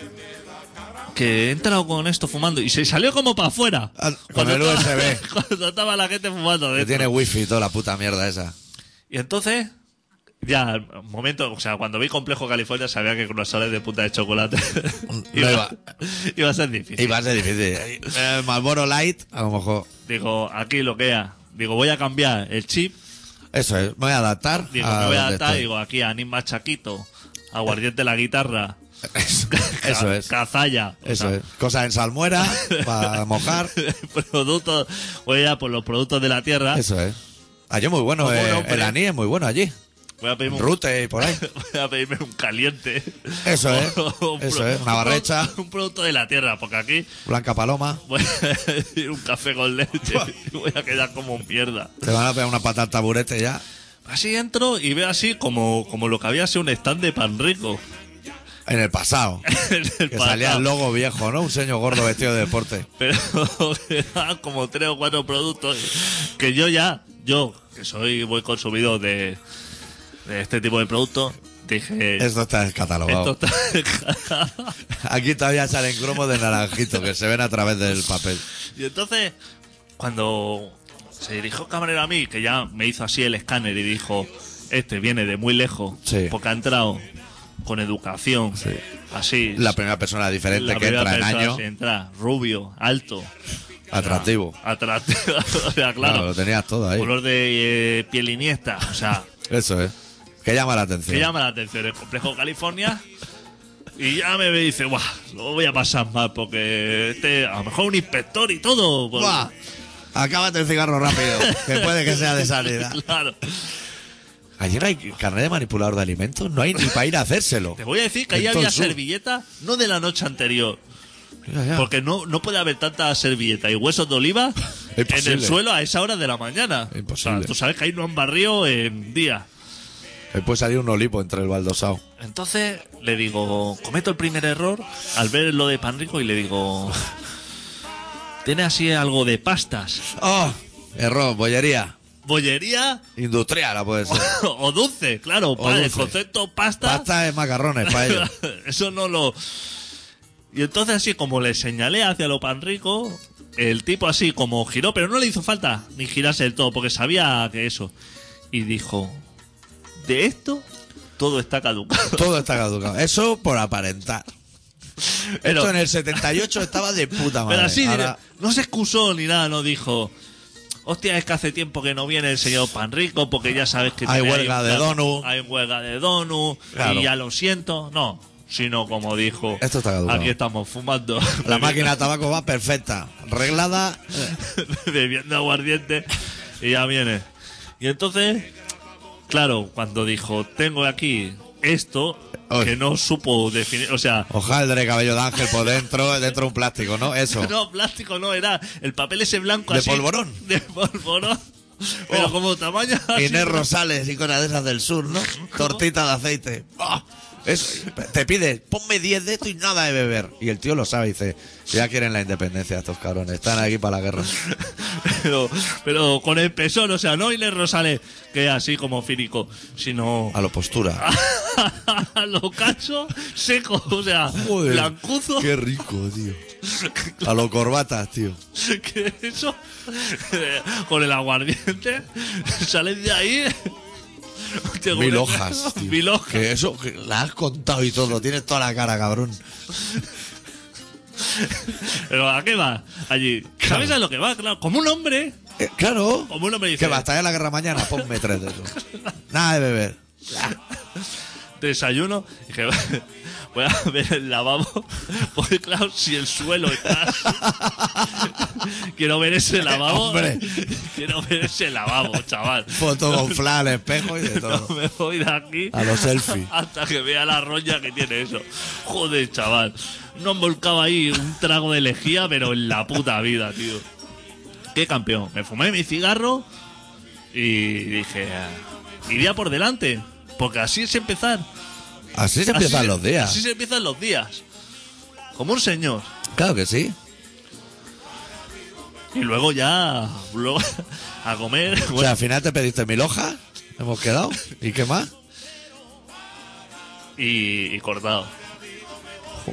[SPEAKER 3] Que he entrado con esto fumando. Y se salió como para afuera.
[SPEAKER 2] Ah, con
[SPEAKER 3] Cuando
[SPEAKER 2] el
[SPEAKER 3] estaba-
[SPEAKER 2] USB.
[SPEAKER 3] Cuando estaba la gente fumando.
[SPEAKER 2] Que
[SPEAKER 3] dentro.
[SPEAKER 2] tiene wifi y toda la puta mierda esa.
[SPEAKER 3] Y entonces... Ya, al momento, o sea, cuando vi Complejo California sabía que croissants de punta de chocolate
[SPEAKER 2] No iba.
[SPEAKER 3] iba a ser difícil.
[SPEAKER 2] Y va a ser difícil. El Marlboro Light, a lo mejor.
[SPEAKER 3] Digo, aquí lo que era. Digo, voy a cambiar el chip
[SPEAKER 2] Eso es, me voy a adaptar.
[SPEAKER 3] Digo,
[SPEAKER 2] a
[SPEAKER 3] me voy
[SPEAKER 2] donde
[SPEAKER 3] a adaptar,
[SPEAKER 2] Ah, estoy.
[SPEAKER 3] digo, aquí, anima chaquito, aguardiente la guitarra,
[SPEAKER 2] Eso,
[SPEAKER 3] ca-
[SPEAKER 2] eso es.
[SPEAKER 3] cazalla. o
[SPEAKER 2] Eso
[SPEAKER 3] sea,
[SPEAKER 2] es. Cosas en salmuera para mojar.
[SPEAKER 3] productos, voy a por los productos de la tierra.
[SPEAKER 2] Eso es. Allí es muy bueno.
[SPEAKER 3] Como un
[SPEAKER 2] eh,
[SPEAKER 3] hombre.
[SPEAKER 2] el aní es muy bueno allí.
[SPEAKER 3] Voy a pedirme un,
[SPEAKER 2] Rute y por ahí.
[SPEAKER 3] voy a pedirme un caliente.
[SPEAKER 2] Eso es.
[SPEAKER 3] O un
[SPEAKER 2] Eso
[SPEAKER 3] pro-
[SPEAKER 2] es. Navarrecha,
[SPEAKER 3] Un, pro- un producto de la tierra, porque aquí
[SPEAKER 2] Blanca Paloma.
[SPEAKER 3] voy a decir un café con leche y voy a quedar como mierda.
[SPEAKER 2] Te van a pegar una patata al taburete ya.
[SPEAKER 3] Así entro y veo así como, como lo que había sido un stand de pan rico.
[SPEAKER 2] En el pasado.
[SPEAKER 3] en el
[SPEAKER 2] Que salía
[SPEAKER 3] pasado.
[SPEAKER 2] el logo viejo, ¿no? Un señor gordo vestido de deporte.
[SPEAKER 3] pero eran como tres o cuatro productos que yo ya, yo que soy buen consumidor de, de este tipo de productos, dije,
[SPEAKER 2] Esto está descatalogado.
[SPEAKER 3] esto está...
[SPEAKER 2] Aquí todavía salen cromos de naranjito que se ven a través del papel.
[SPEAKER 3] y entonces, cuando se dirigió el camarero a mí, que ya me hizo así el escáner y dijo, este viene de muy lejos,
[SPEAKER 2] Sí.
[SPEAKER 3] porque ha entrado con educación, así.
[SPEAKER 2] La primera persona diferente
[SPEAKER 3] la
[SPEAKER 2] que
[SPEAKER 3] primera
[SPEAKER 2] entra en
[SPEAKER 3] persona
[SPEAKER 2] año,
[SPEAKER 3] así entra, rubio, alto,
[SPEAKER 2] atractivo.
[SPEAKER 3] atractivo, o
[SPEAKER 2] Claro,
[SPEAKER 3] sea, claro.
[SPEAKER 2] lo tenías todo ahí.
[SPEAKER 3] color de eh, piel iniesta. O sea,
[SPEAKER 2] Eso es. Que llama la
[SPEAKER 3] que
[SPEAKER 2] atención.
[SPEAKER 3] llama la atención el complejo California. Y ya me dice, guau, lo voy a pasar mal porque este, a lo mejor un inspector y todo. porque-
[SPEAKER 2] ¡Buah! Acábate el cigarro rápido, que puede que sea de salida.
[SPEAKER 3] Claro.
[SPEAKER 2] Ayer hay carnet de manipulador de alimentos, no hay ni para ir a hacérselo.
[SPEAKER 3] Te voy a decir que ahí había
[SPEAKER 2] Entonces,
[SPEAKER 3] servilletas, no de la noche anterior.
[SPEAKER 2] Mira ya.
[SPEAKER 3] Porque no, no puede haber tanta servilleta y huesos de oliva en el
[SPEAKER 2] Imposible.
[SPEAKER 3] suelo a esa hora de la mañana.
[SPEAKER 2] Imposible.
[SPEAKER 3] O sea, tú sabes que ahí no han barrido en día.
[SPEAKER 2] Ahí puede salir un olivo entre el baldosao.
[SPEAKER 3] Entonces le digo, cometo el primer error al ver lo de pan rico y le digo, tiene así algo de pastas,
[SPEAKER 2] ¡Oh! Error, bollería.
[SPEAKER 3] bollería
[SPEAKER 2] Industrial, la puede ser.
[SPEAKER 3] o dulce, claro, pa- el
[SPEAKER 2] dulce.
[SPEAKER 3] concepto pasta,
[SPEAKER 2] Pasta es macarrones para ellos.
[SPEAKER 3] eso no lo... Y entonces así como le señalé hacia lo pan rico, el tipo así como giró, pero no le hizo falta ni girarse del todo porque sabía que eso. Y dijo, de esto todo está caducado.
[SPEAKER 2] Todo está caducado. Eso por aparentar.
[SPEAKER 3] Pero-
[SPEAKER 2] Esto en el 78 estaba de puta madre.
[SPEAKER 3] Pero así,
[SPEAKER 2] Ahora-
[SPEAKER 3] dire- no se excusó ni nada, no dijo. Hostia, es que hace tiempo que no viene el señor Panrico porque ya sabes que...
[SPEAKER 2] Hay
[SPEAKER 3] tiene ahí
[SPEAKER 2] huelga
[SPEAKER 3] un
[SPEAKER 2] de
[SPEAKER 3] plan-
[SPEAKER 2] donut.
[SPEAKER 3] Hay huelga de donut
[SPEAKER 2] Claro.
[SPEAKER 3] y ya lo siento. No, sino como dijo...
[SPEAKER 2] Esto está caducado.
[SPEAKER 3] Aquí estamos fumando.
[SPEAKER 2] La máquina de tabaco va perfecta. Reglada.
[SPEAKER 3] bebiendo aguardiente y ya viene. Y entonces, claro, cuando dijo, tengo aquí esto,
[SPEAKER 2] Oy.
[SPEAKER 3] que no supo definir, o sea...
[SPEAKER 2] Hojaldre, cabello de ángel por dentro, dentro de un plástico, ¿no? Eso.
[SPEAKER 3] No, plástico no, era el papel ese blanco
[SPEAKER 2] ¿De
[SPEAKER 3] así.
[SPEAKER 2] polvorón?
[SPEAKER 3] De polvorón. Pero
[SPEAKER 2] Oh.
[SPEAKER 3] como tamaño así.
[SPEAKER 2] Inés Rosales y cosas de esas del sur, ¿no? Tortita de aceite. ¡Ah! Eso. Te pides, ponme 10 de esto y nada de beber. Y el tío lo sabe y dice, ya quieren la independencia estos cabrones, están aquí para la guerra.
[SPEAKER 3] Pero, pero con el pezón, o sea, no Inés Rosales, que es así como fírico, sino
[SPEAKER 2] A lo postura.
[SPEAKER 3] a lo cacho seco, o sea,
[SPEAKER 2] Ah. Joder,
[SPEAKER 3] blancuzo.
[SPEAKER 2] Qué rico, tío. A lo corbatas, tío.
[SPEAKER 3] Que eso, eh, con el aguardiente, sales de ahí. hostia, con
[SPEAKER 2] Mil
[SPEAKER 3] una-
[SPEAKER 2] hojas, tío.
[SPEAKER 3] Mil hojas.
[SPEAKER 2] Que eso, que la has contado y todo. Tienes toda la cara, cabrón.
[SPEAKER 3] Pero ¿a qué va? Allí. ¿Sabes a lo que va? Claro, como un hombre.
[SPEAKER 2] Eh, claro.
[SPEAKER 3] Como un hombre dice.
[SPEAKER 2] Que va a estar en la guerra mañana. Ponme tres de eso. Nada de beber.
[SPEAKER 3] desayuno y dije, voy a ver el lavabo, porque claro, si el suelo está... así, quiero ver ese lavabo.
[SPEAKER 2] Hombre.
[SPEAKER 3] Quiero ver ese lavabo, chaval.
[SPEAKER 2] Foto con flan, espejo y de
[SPEAKER 3] No
[SPEAKER 2] todo.
[SPEAKER 3] me voy de aquí
[SPEAKER 2] A los selfie.
[SPEAKER 3] hasta que vea la roña que tiene eso. Joder, chaval. No han volcado ahí un trago de lejía, pero en la puta vida, tío. Qué campeón. Me fumé mi cigarro y dije, "Ah, iría por delante, porque así es empezar.
[SPEAKER 2] Así se empiezan
[SPEAKER 3] Así se-
[SPEAKER 2] los días.
[SPEAKER 3] Así se empiezan los días. Como un señor.
[SPEAKER 2] Claro que sí.
[SPEAKER 3] Y luego ya luego, a comer.
[SPEAKER 2] O sea,
[SPEAKER 3] Bueno,
[SPEAKER 2] al final te pediste mil hojas. Hemos quedado. ¿Y qué más?
[SPEAKER 3] y, y cortado.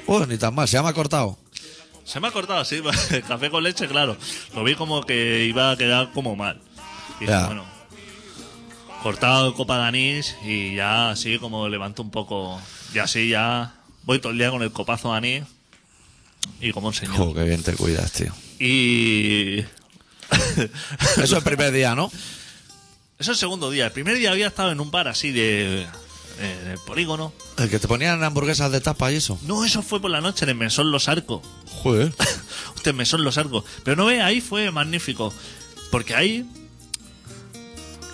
[SPEAKER 2] Uy, ni tan mal. Se llama cortado.
[SPEAKER 3] Se me ha cortado, sí. el Café con leche, claro. Lo vi como que iba a quedar como mal. Y dije,
[SPEAKER 2] Ya.
[SPEAKER 3] bueno. Cortado copa de anís y ya así como levanto un poco. Y así ya voy todo el día con el copazo de anís. Y como un señor.
[SPEAKER 2] Jo, qué bien te cuidas, tío.
[SPEAKER 3] Y
[SPEAKER 2] Eso es el primer día, ¿no?
[SPEAKER 3] Eso el segundo día. El primer día había estado en un bar así de. En el polígono.
[SPEAKER 2] El que te ponían hamburguesas de tapa y eso.
[SPEAKER 3] No, eso fue por la noche en el Mesón Los Arcos.
[SPEAKER 2] Joder.
[SPEAKER 3] Usted, Mesón Los Arcos. Pero no ve, ahí fue magnífico. Porque ahí.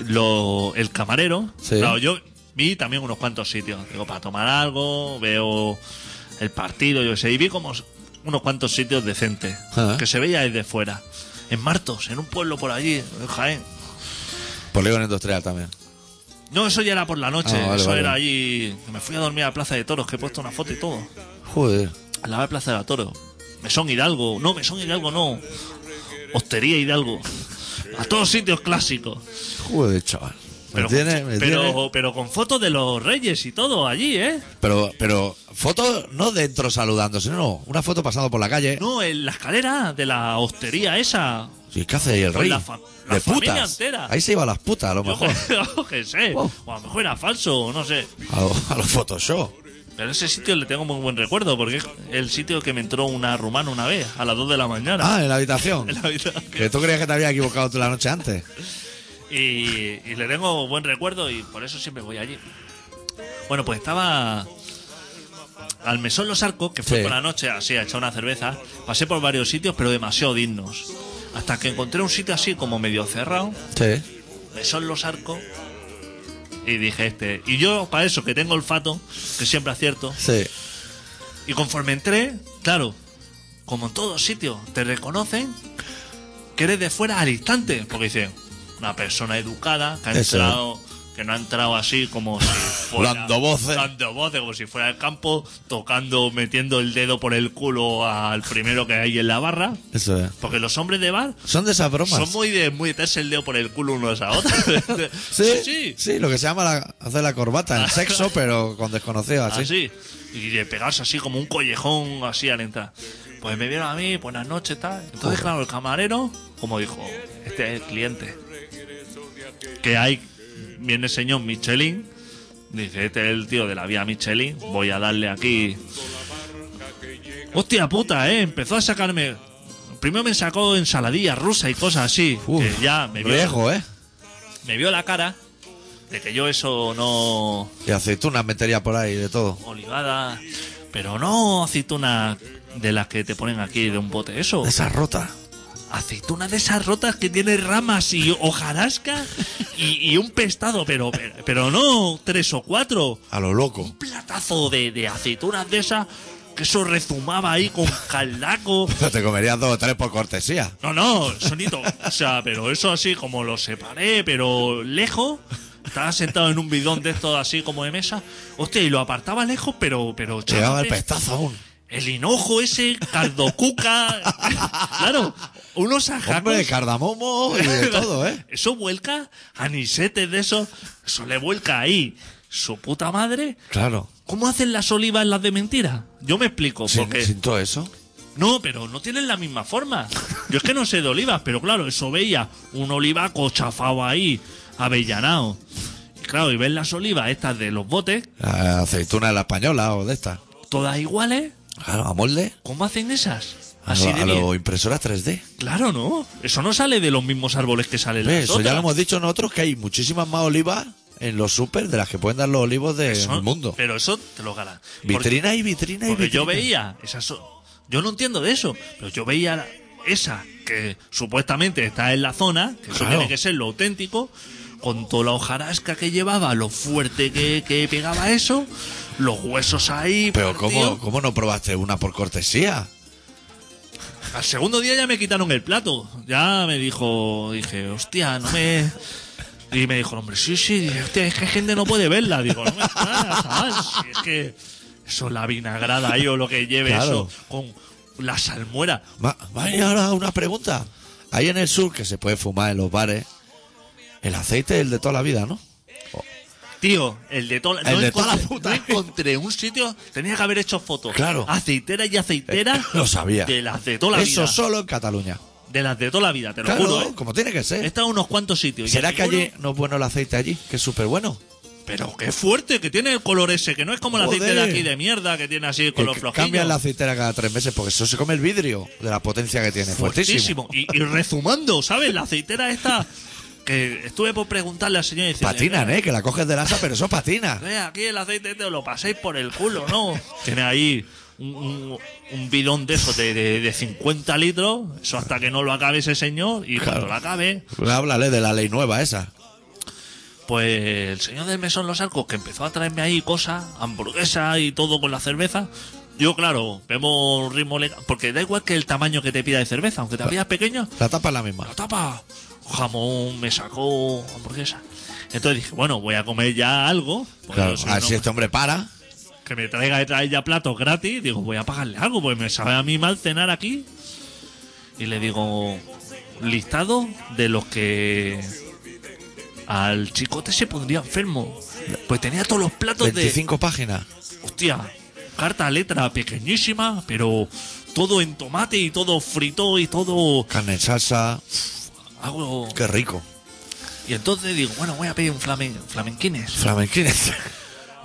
[SPEAKER 3] Lo, el camarero.
[SPEAKER 2] Sí.
[SPEAKER 3] Claro, yo vi también unos cuantos sitios. Digo, para tomar algo, veo el partido, yo qué sé. Y vi como s- unos cuantos sitios decentes.
[SPEAKER 2] Ah.
[SPEAKER 3] Que se veía desde fuera. En Martos, en un pueblo por allí, en Jaén.
[SPEAKER 2] Polígono industrial también.
[SPEAKER 3] No, eso ya era por la noche.
[SPEAKER 2] Ah, vale,
[SPEAKER 3] eso
[SPEAKER 2] vale.
[SPEAKER 3] era allí. que Me fui a dormir a la Plaza de Toros, que he puesto una foto y todo.
[SPEAKER 2] Joder.
[SPEAKER 3] Al lado de Plaza de la Toro. Mesón Hidalgo. No, Mesón Hidalgo no. Hostería Hidalgo. A todos sitios clásicos.
[SPEAKER 2] Joder, chaval. Me
[SPEAKER 3] Pero,
[SPEAKER 2] tiene- me
[SPEAKER 3] pero,
[SPEAKER 2] tiene-
[SPEAKER 3] pero con fotos de los reyes y todo allí, ¿eh?
[SPEAKER 2] Pero, pero foto no dentro saludando, sino una foto pasando por la calle.
[SPEAKER 3] No, en la escalera de la hostería esa.
[SPEAKER 2] ¿Y qué hace ahí el
[SPEAKER 3] Con
[SPEAKER 2] rey?
[SPEAKER 3] la fa- la
[SPEAKER 2] de
[SPEAKER 3] familia
[SPEAKER 2] putas.
[SPEAKER 3] entera.
[SPEAKER 2] Ahí se iba a las putas, a lo
[SPEAKER 3] Yo
[SPEAKER 2] mejor.
[SPEAKER 3] creo que sé.
[SPEAKER 2] Wow.
[SPEAKER 3] O a lo mejor era falso, no sé.
[SPEAKER 2] A, lo- a los Photoshop.
[SPEAKER 3] Pero ese sitio le tengo muy buen recuerdo porque es el sitio que me entró una rumana una vez, a las 2 de la mañana.
[SPEAKER 2] Ah, en la habitación.
[SPEAKER 3] En la habitación.
[SPEAKER 2] Que tú creías que te había equivocado tú la noche antes.
[SPEAKER 3] Y, y le tengo buen recuerdo y por eso siempre voy allí. Bueno, pues estaba al Mesón Los Arcos, que fue
[SPEAKER 2] Sí.
[SPEAKER 3] por la noche así a echar una cerveza. Pasé por varios sitios, pero demasiado dignos. Hasta que encontré un sitio así como medio cerrado,
[SPEAKER 2] Sí.
[SPEAKER 3] Mesón Los Arcos, y dije este. Y yo, para eso, que tengo olfato, que siempre acierto,
[SPEAKER 2] Sí.
[SPEAKER 3] y conforme entré, claro, como en todos sitios, te reconocen que eres de fuera al instante. Porque dicen, una persona educada que ha
[SPEAKER 2] Eso.
[SPEAKER 3] entrado, que no ha entrado así como si fuera.
[SPEAKER 2] Dando voces.
[SPEAKER 3] Dando voces, como si fuera al campo, tocando, metiendo el dedo por el culo al primero que hay en la barra.
[SPEAKER 2] Eso es.
[SPEAKER 3] Porque los hombres de bar.
[SPEAKER 2] Son de esas bromas.
[SPEAKER 3] Son muy de muy de meterse el dedo por el culo unos a otros.
[SPEAKER 2] ¿Sí? lo que se llama la- hacer la corbata, el sexo, pero con desconocidos así.
[SPEAKER 3] así. Y de pegarse así como un collejón así al entrar. Pues me vieron a mí, buenas noches, tal. Entonces, claro, el camarero, como dijo, este es el cliente. Que hay, viene el señor Michelin, dice, este es el tío de la vía Michelin, voy a darle aquí. Hostia puta, eh, empezó a sacarme. Primero me sacó ensaladilla rusa y cosas así.
[SPEAKER 2] Uf,
[SPEAKER 3] que ya me vio,
[SPEAKER 2] riesgo, ¿eh?
[SPEAKER 3] me vio la cara de que yo eso no.
[SPEAKER 2] Y aceitunas metería por ahí, de todo.
[SPEAKER 3] olivada, pero no aceituna de las que te ponen aquí de un bote, eso.
[SPEAKER 2] De esas rotas.
[SPEAKER 3] Aceituna de esas rotas que tiene ramas y hojarasca y, y un pestado, pero, pero, pero no tres o cuatro.
[SPEAKER 2] A lo loco.
[SPEAKER 3] Un platazo de, de aceitunas de esas que eso rezumaba ahí con caldaco.
[SPEAKER 2] Te comerías dos o tres por cortesía.
[SPEAKER 3] No, no, sonito. O sea, pero eso así como lo separé, pero lejos. Estaba sentado en un bidón de estos así como de mesa. Hostia, y lo apartaba lejos, pero... pero
[SPEAKER 2] Llegaba el
[SPEAKER 3] chaval,
[SPEAKER 2] pestazo aún.
[SPEAKER 3] El hinojo ese, cardocuca. claro, unos ajacos.
[SPEAKER 2] Hombre, de cardamomo y de todo, ¿eh?
[SPEAKER 3] Eso vuelca, anisetes de eso. Eso le vuelca ahí. Su puta madre.
[SPEAKER 2] Claro.
[SPEAKER 3] ¿Cómo hacen las olivas las de mentira? Yo me explico,
[SPEAKER 2] Sin,
[SPEAKER 3] porque.
[SPEAKER 2] sin todo eso.
[SPEAKER 3] No, pero no tienen la misma forma. Yo es que no sé de olivas, pero claro, eso veía un olivaco chafado ahí, avellanado. Y claro, y ves las olivas estas de los botes,
[SPEAKER 2] La aceituna de la española o de esta.
[SPEAKER 3] todas iguales.
[SPEAKER 2] Claro, a molde.
[SPEAKER 3] ¿Cómo hacen esas?
[SPEAKER 2] A
[SPEAKER 3] Así
[SPEAKER 2] lo,
[SPEAKER 3] de
[SPEAKER 2] a lo
[SPEAKER 3] bien.
[SPEAKER 2] impresora 3D.
[SPEAKER 3] Claro, no. Eso no sale de los mismos árboles que salen
[SPEAKER 2] Ve,
[SPEAKER 3] las
[SPEAKER 2] Eso
[SPEAKER 3] otras.
[SPEAKER 2] ya lo hemos dicho nosotros que hay muchísimas más olivas en los super de las que pueden dar los olivos del
[SPEAKER 3] Eso-
[SPEAKER 2] mundo.
[SPEAKER 3] Pero eso te lo ganan.
[SPEAKER 2] Vitrina y vitrina y
[SPEAKER 3] Porque, porque
[SPEAKER 2] vitrina.
[SPEAKER 3] yo veía esas. o- Yo no entiendo de eso, pero yo veía esa que supuestamente está en la zona, que eso
[SPEAKER 2] Claro.
[SPEAKER 3] tiene que ser lo auténtico, con toda la hojarasca que llevaba, lo fuerte que, que pegaba eso, los huesos ahí.
[SPEAKER 2] Pero
[SPEAKER 3] partidos.
[SPEAKER 2] ¿cómo, ¿cómo no probaste una por cortesía?
[SPEAKER 3] Al segundo día ya me quitaron el plato. Ya me dijo, dije, hostia, no me. Y me dijo, hombre, sí, sí, dije, hostia, es que gente no puede verla. Digo, no me jodas, chaval, si es que. Eso, la vinagrada ahí o lo que lleve
[SPEAKER 2] Claro.
[SPEAKER 3] eso, con la salmuera.
[SPEAKER 2] Ma- Vale, ahora una pregunta. Ahí en el sur que se puede fumar en los bares, el aceite es el de toda la vida, ¿no?
[SPEAKER 3] Tío, el de toda la-
[SPEAKER 2] El
[SPEAKER 3] no
[SPEAKER 2] de toda la
[SPEAKER 3] encontré-
[SPEAKER 2] puta.
[SPEAKER 3] No encontré un sitio, tenía que haber hecho fotos.
[SPEAKER 2] Claro. Eh,
[SPEAKER 3] Aceitera y aceitera.
[SPEAKER 2] Lo sabía.
[SPEAKER 3] De las de toda la
[SPEAKER 2] Eso
[SPEAKER 3] vida.
[SPEAKER 2] solo en Cataluña.
[SPEAKER 3] De las de toda la vida, te lo
[SPEAKER 2] Claro,
[SPEAKER 3] juro, ¿eh?
[SPEAKER 2] como tiene que
[SPEAKER 3] He
[SPEAKER 2] ser.
[SPEAKER 3] estado en unos cuantos sitios. y
[SPEAKER 2] ¿Será
[SPEAKER 3] en
[SPEAKER 2] que
[SPEAKER 3] ninguno-
[SPEAKER 2] allí no es bueno el aceite allí? Que es súper bueno.
[SPEAKER 3] Pero qué fuerte que tiene el color ese, que no es como el aceite de
[SPEAKER 2] Joder.
[SPEAKER 3] aquí de mierda que tiene así el
[SPEAKER 2] Que
[SPEAKER 3] color
[SPEAKER 2] c-
[SPEAKER 3] flojillo.
[SPEAKER 2] cambian la aceitera cada tres meses porque eso se come el vidrio de la potencia que tiene. Fuertísimo.
[SPEAKER 3] Fuertísimo. Y, y rezumando, ¿sabes? La aceitera esta que estuve por preguntarle al señor y decirle,
[SPEAKER 2] Patinan, ¿eh? Que la coges del asa, pero eso patina.
[SPEAKER 3] "Mira, aquí el aceite te lo paséis por el culo, ¿no? Tiene ahí un, un- un bidón de esos de, de- de 50 litros, eso hasta que no lo acabe ese señor, y cuando lo acabe,
[SPEAKER 2] Pues háblale de la ley nueva esa.
[SPEAKER 3] Pues el señor del mesón Los Arcos, que empezó a traerme ahí cosas, hamburguesas y todo con la cerveza. Yo, claro, vemos un ritmo legal. Porque da igual que el tamaño que te pida de cerveza, aunque te la pidas pequeña,
[SPEAKER 2] La tapa es la misma.
[SPEAKER 3] la tapa. Jamón, me sacó hamburguesa. Entonces dije, bueno, voy a comer ya algo. porque
[SPEAKER 2] Claro,
[SPEAKER 3] yo soy
[SPEAKER 2] a ver
[SPEAKER 3] un
[SPEAKER 2] si este hombre para.
[SPEAKER 3] hombre Que me traiga de traer ya platos gratis. Digo, voy a pagarle algo, pues me sabe a mí mal cenar aquí. Y le digo, listado de los que al chicote se pondría enfermo. Pues tenía todos los platos de.
[SPEAKER 2] 25 páginas.
[SPEAKER 3] Hostia, carta a letra pequeñísima, pero todo en tomate y todo frito y todo.
[SPEAKER 2] Carne en salsa.
[SPEAKER 3] Hago.
[SPEAKER 2] Qué rico.
[SPEAKER 3] Y entonces digo, bueno, voy a pedir un flamen, flamenquines.
[SPEAKER 2] Flamenquines.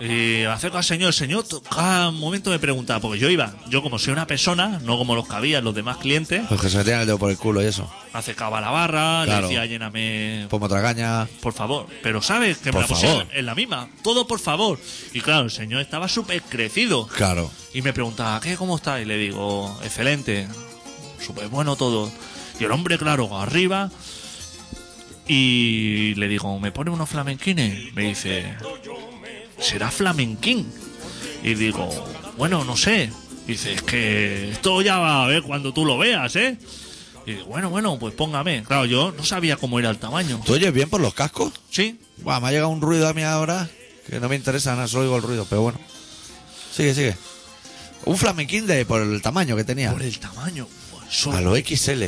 [SPEAKER 3] Y me Eh, acerco al señor, el señor to- cada momento me preguntaba, porque yo iba, yo como soy una persona, no como los que había, los demás clientes,
[SPEAKER 2] Los que se metían el dedo por el culo y eso.
[SPEAKER 3] me acercaba a la barra,
[SPEAKER 2] Claro.
[SPEAKER 3] le decía, lléname,
[SPEAKER 2] Pomo tragaña.
[SPEAKER 3] por favor. Pero sabes que me
[SPEAKER 2] Por
[SPEAKER 3] la pusieron
[SPEAKER 2] favor.
[SPEAKER 3] en la misma, todo por favor. Y claro, el señor estaba súper crecido.
[SPEAKER 2] Claro.
[SPEAKER 3] Y me preguntaba, ¿qué? ¿Cómo está? Y le digo, excelente, súper bueno todo. Y el hombre, claro, arriba. Y le digo, ¿me pone unos flamenquines? Me dice, ¿será flamenquín? Y digo, bueno, no sé. Dice, es que esto ya va a ver cuando tú lo veas, ¿eh? Y digo, bueno, bueno, pues póngame. Claro, yo no sabía cómo era el tamaño.
[SPEAKER 2] ¿Tú oyes bien por los cascos?
[SPEAKER 3] Sí,
[SPEAKER 2] Buah, me ha llegado un ruido a mí ahora que no me interesa nada, solo oigo el ruido, pero bueno. Sigue, sigue. Un flamenquín de por el tamaño que tenía.
[SPEAKER 3] por el tamaño. Eso-
[SPEAKER 2] A lo XL.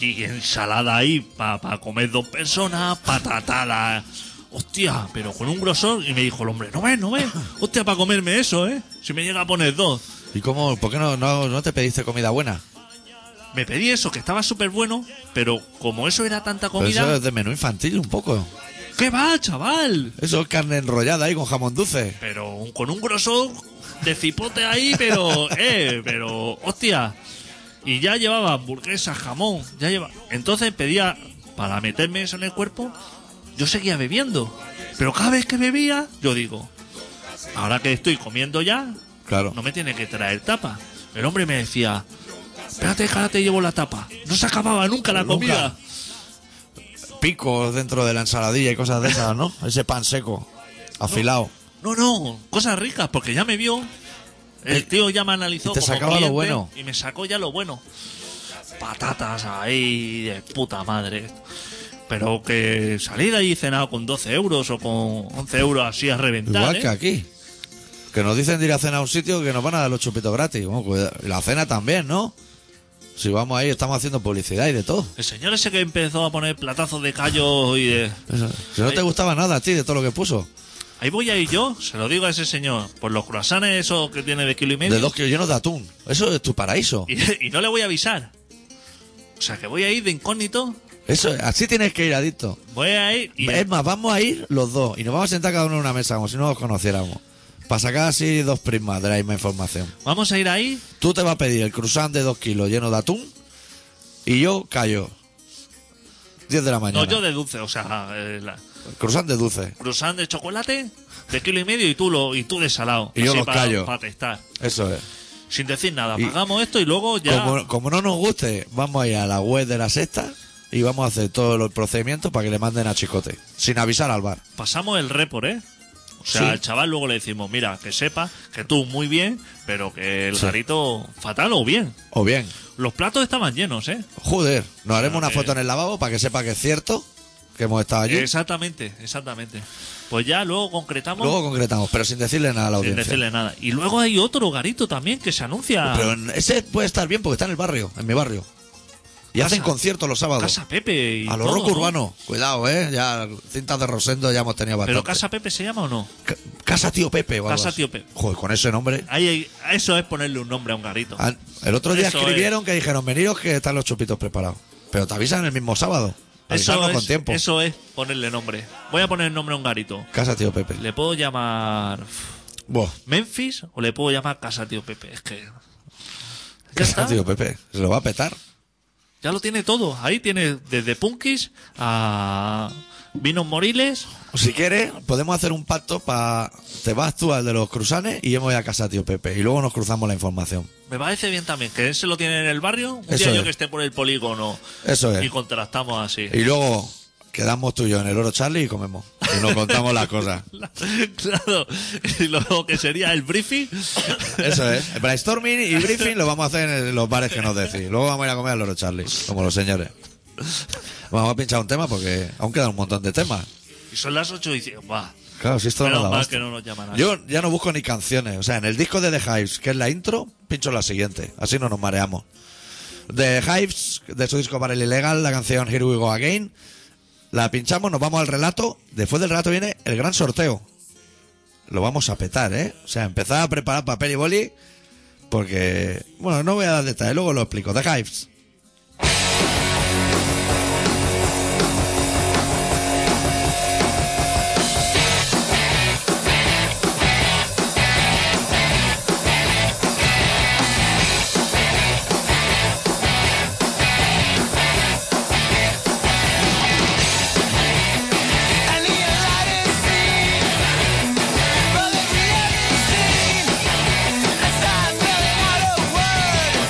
[SPEAKER 3] Y ensalada ahí para comer dos personas, patatada. Hostia, pero con un grosor. Y me dijo el hombre, no ves, no ves. Hostia, para comerme eso, ¿eh? Si me llega a poner dos.
[SPEAKER 2] ¿Y cómo? ¿Por qué no, no, no te pediste comida buena?
[SPEAKER 3] Me pedí eso, que estaba súper bueno, pero como eso era tanta
[SPEAKER 2] Pero eso
[SPEAKER 3] comida...
[SPEAKER 2] es de menú infantil un poco.
[SPEAKER 3] ¿Qué va, chaval?
[SPEAKER 2] Eso es carne enrollada ahí con jamón dulce.
[SPEAKER 3] Pero un- con un grosor de cipote ahí, pero... Eh, pero... Hostia. Y ya llevaba hamburguesas, jamón, ya lleva... Entonces pedía, para meterme eso en el cuerpo, yo seguía bebiendo. Pero cada vez que bebía, yo digo, ahora que estoy comiendo ya,
[SPEAKER 2] Claro.
[SPEAKER 3] no me tiene que traer tapa. El hombre me decía, espérate que ahora te llevo la tapa. No se acababa nunca la
[SPEAKER 2] Nunca.
[SPEAKER 3] comida.
[SPEAKER 2] Picos dentro de la ensaladilla y cosas de esas, ¿no? Ese pan seco, afilado.
[SPEAKER 3] No, no, cosas ricas, porque ya me vio. El tío ya me analizó.
[SPEAKER 2] Eh, y te
[SPEAKER 3] como
[SPEAKER 2] sacaba lo
[SPEAKER 3] cliente
[SPEAKER 2] bueno.
[SPEAKER 3] Y me sacó ya lo bueno. Patatas ahí, de puta madre. Pero que salir de ahí cenado con 12 euros o con 11 euros así a reventar.
[SPEAKER 2] Igual
[SPEAKER 3] ¿eh?
[SPEAKER 2] que aquí. Que nos dicen de ir a cenar a un sitio que nos van a dar los chupitos gratis. Bueno, cuidado. Y La cena también, ¿no? Si vamos ahí, estamos haciendo publicidad y de todo.
[SPEAKER 3] El señor ese que empezó a poner platazos de callo y de.
[SPEAKER 2] Eso. Si no te gustaba nada a ti de todo lo que puso.
[SPEAKER 3] Ahí voy a ir yo, se lo digo a ese señor, por los croissants esos que tiene de kilo y medio.
[SPEAKER 2] De dos kilos llenos de atún. Eso es tu paraíso.
[SPEAKER 3] Y, y no le voy a avisar. O sea que voy a ir de incógnito,
[SPEAKER 2] Eso, así tienes que ir, adicto.
[SPEAKER 3] voy a ir y.
[SPEAKER 2] Es más, vamos a ir los dos y nos vamos a sentar cada uno en una mesa como si no nos conociéramos. Para sacar así dos prismas de la misma información.
[SPEAKER 3] Vamos a ir ahí
[SPEAKER 2] Tú te vas a pedir el cruzán de dos kilos lleno de atún y yo callo. 10 de la mañana.
[SPEAKER 3] No, yo de dulce, o sea, eh, la-
[SPEAKER 2] Cruzán de dulce.
[SPEAKER 3] croissant de chocolate de kilo y medio y tú, lo, y tú de salado.
[SPEAKER 2] Y yo los
[SPEAKER 3] para,
[SPEAKER 2] callo.
[SPEAKER 3] Para testar.
[SPEAKER 2] Eso es.
[SPEAKER 3] Sin decir nada,
[SPEAKER 2] Y-
[SPEAKER 3] pagamos esto y luego ya.
[SPEAKER 2] Como, como no nos guste, vamos a ir a la web de la sexta y vamos a hacer todos los procedimientos para que le manden a Chicote. Sin avisar al bar.
[SPEAKER 3] pasamos el report, ¿eh? O sea,
[SPEAKER 2] Sí.
[SPEAKER 3] al chaval luego le decimos, mira, que sepa que tú muy bien, pero que el
[SPEAKER 2] Sí.
[SPEAKER 3] garito fatal o bien.
[SPEAKER 2] O bien,
[SPEAKER 3] Los platos estaban llenos, ¿eh?
[SPEAKER 2] joder, nos haremos una
[SPEAKER 3] Eh.
[SPEAKER 2] foto en el lavabo para que sepa que es cierto que hemos estado allí.
[SPEAKER 3] Exactamente, exactamente. Pues ya luego concretamos
[SPEAKER 2] Luego concretamos, pero sin decirle nada a la
[SPEAKER 3] sin
[SPEAKER 2] audiencia.
[SPEAKER 3] decirle nada. Y luego hay otro garito también que se anuncia
[SPEAKER 2] Pero en- ese puede estar bien porque está en el barrio, en mi barrio. Y
[SPEAKER 3] Casa.
[SPEAKER 2] hacen conciertos los sábados.
[SPEAKER 3] Casa Pepe y
[SPEAKER 2] A los
[SPEAKER 3] todo,
[SPEAKER 2] rock
[SPEAKER 3] ¿no?
[SPEAKER 2] urbano. Cuidado, eh. Ya cintas de Rosendo ya hemos tenido bastante.
[SPEAKER 3] Pero Casa Pepe se llama o no?
[SPEAKER 2] Ca- Casa Tío Pepe, o algo
[SPEAKER 3] Casa
[SPEAKER 2] así.
[SPEAKER 3] Tío Pepe.
[SPEAKER 2] Joder, con ese nombre.
[SPEAKER 3] Ahí hay- eso es ponerle un nombre a un garito.
[SPEAKER 2] Ah, El otro día
[SPEAKER 3] Eso
[SPEAKER 2] escribieron que dijeron, veniros que están los chupitos preparados. Pero te avisan el mismo sábado. Avisarnos
[SPEAKER 3] eso, es,
[SPEAKER 2] con tiempo.
[SPEAKER 3] eso es ponerle nombre. Voy a poner nombre a un garito.
[SPEAKER 2] Casa Tío Pepe.
[SPEAKER 3] ¿Le puedo llamar
[SPEAKER 2] Buah,
[SPEAKER 3] Memphis o le puedo llamar Casa Tío Pepe? Es que. Ya
[SPEAKER 2] Casa
[SPEAKER 3] está.
[SPEAKER 2] Tío Pepe. Se lo va a petar.
[SPEAKER 3] Ya lo tiene todo. Ahí tiene desde punkis a vinos moriles.
[SPEAKER 2] Si quieres, podemos hacer un pacto para. Te vas tú al de los cruzanes y yo me voy a casa, tío Pepe. Y luego nos cruzamos la información.
[SPEAKER 3] Me parece bien también que él se lo tiene en el barrio. Un
[SPEAKER 2] Eso
[SPEAKER 3] día yo
[SPEAKER 2] es.
[SPEAKER 3] que esté por el polígono
[SPEAKER 2] Eso es.
[SPEAKER 3] y contrastamos así.
[SPEAKER 2] Y luego quedamos tú y yo en el oro Charlie y comemos. Y nos contamos las cosas.
[SPEAKER 3] claro. Y luego que sería el briefing.
[SPEAKER 2] Eso es. Brainstorming y briefing lo vamos a hacer en los bares que nos decís. Luego vamos a ir a comer al oro Charlie, como los señores. Vamos a pinchar un tema porque aún quedan un montón de temas.
[SPEAKER 3] Y son las 8 y dice, va.
[SPEAKER 2] Claro, si esto no
[SPEAKER 3] Menos
[SPEAKER 2] da
[SPEAKER 3] mal
[SPEAKER 2] abasto.
[SPEAKER 3] que no nos llaman así.
[SPEAKER 2] Yo ya no busco ni canciones. O sea, en el disco de The Hives, que es la intro, pincho la siguiente. Así no nos mareamos. The Hives, de su disco para el ilegal, la canción Here We Go Again. La pinchamos, nos vamos al relato. Después del relato viene el gran sorteo. Lo vamos a petar, ¿eh? O sea, empezad a preparar papel y boli. Porque, bueno, no voy a dar detalles, luego lo explico. The Hives.
[SPEAKER 4] And the light is seen, but the reality seen. As I'm building out a word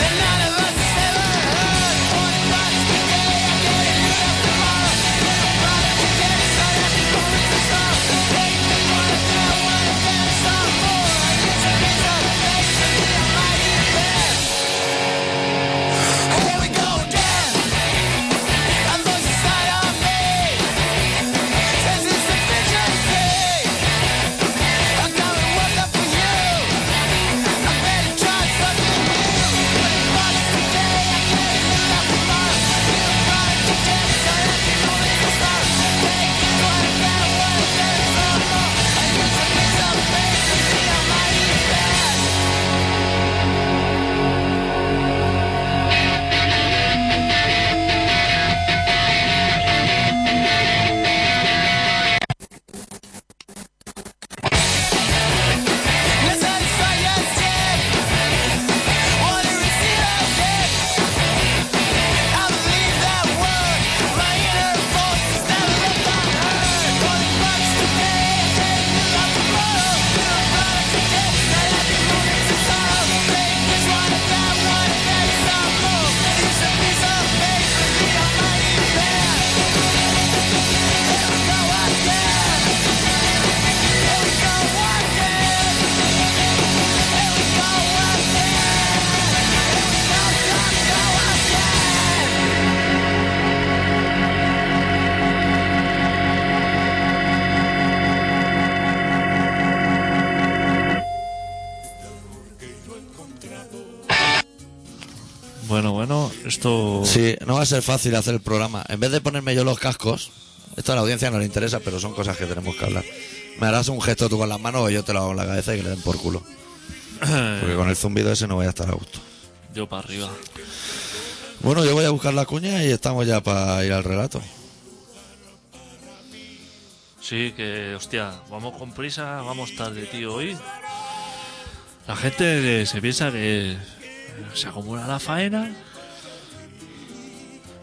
[SPEAKER 4] that none of us has ever heard. One of us today, I'm getting rid of tomorrow. Then I'm proud of today, so that the moment is gone. Take the one of them, one of them, some more. And it's a bit of faith to be a mighty man. And here we go again. I'm losing sight of me. Says it's efficiency. I'm coming with up for you. I better try something new. When product today, I get it new not tomorrow. New product today, so that's the only start. Take the one that one that some more. I use a bit of faith to be a mighty man. Let's have a science tip. Wanna receive a tip? I believe that word. My inner voice is never left unheard. Wanna punch today, I can't give up tomorrow. New product today, I let the morning to sorrow. Take this one and that one and then some more. Use a piece of faith to be a mighty man. Here we go again. Here we go again. Here we go again. Here we go, go, go again.
[SPEAKER 3] Bueno, bueno, esto.
[SPEAKER 2] Sí, no va a ser fácil hacer el programa. En vez de ponerme yo los cascos, esto a la audiencia no le interesa, pero son cosas que tenemos que hablar. Me harás un gesto tú con las manos o yo te lo hago en la cabeza y que le den por culo. Porque con el zumbido ese no voy a estar a gusto.
[SPEAKER 3] Yo para arriba.
[SPEAKER 2] Bueno, yo voy a buscar la cuña y estamos ya para ir al relato.
[SPEAKER 3] Sí, que, hostia, vamos con prisa, vamos tarde, tío, hoy. La gente eh, se piensa que eh, se acumula la faena.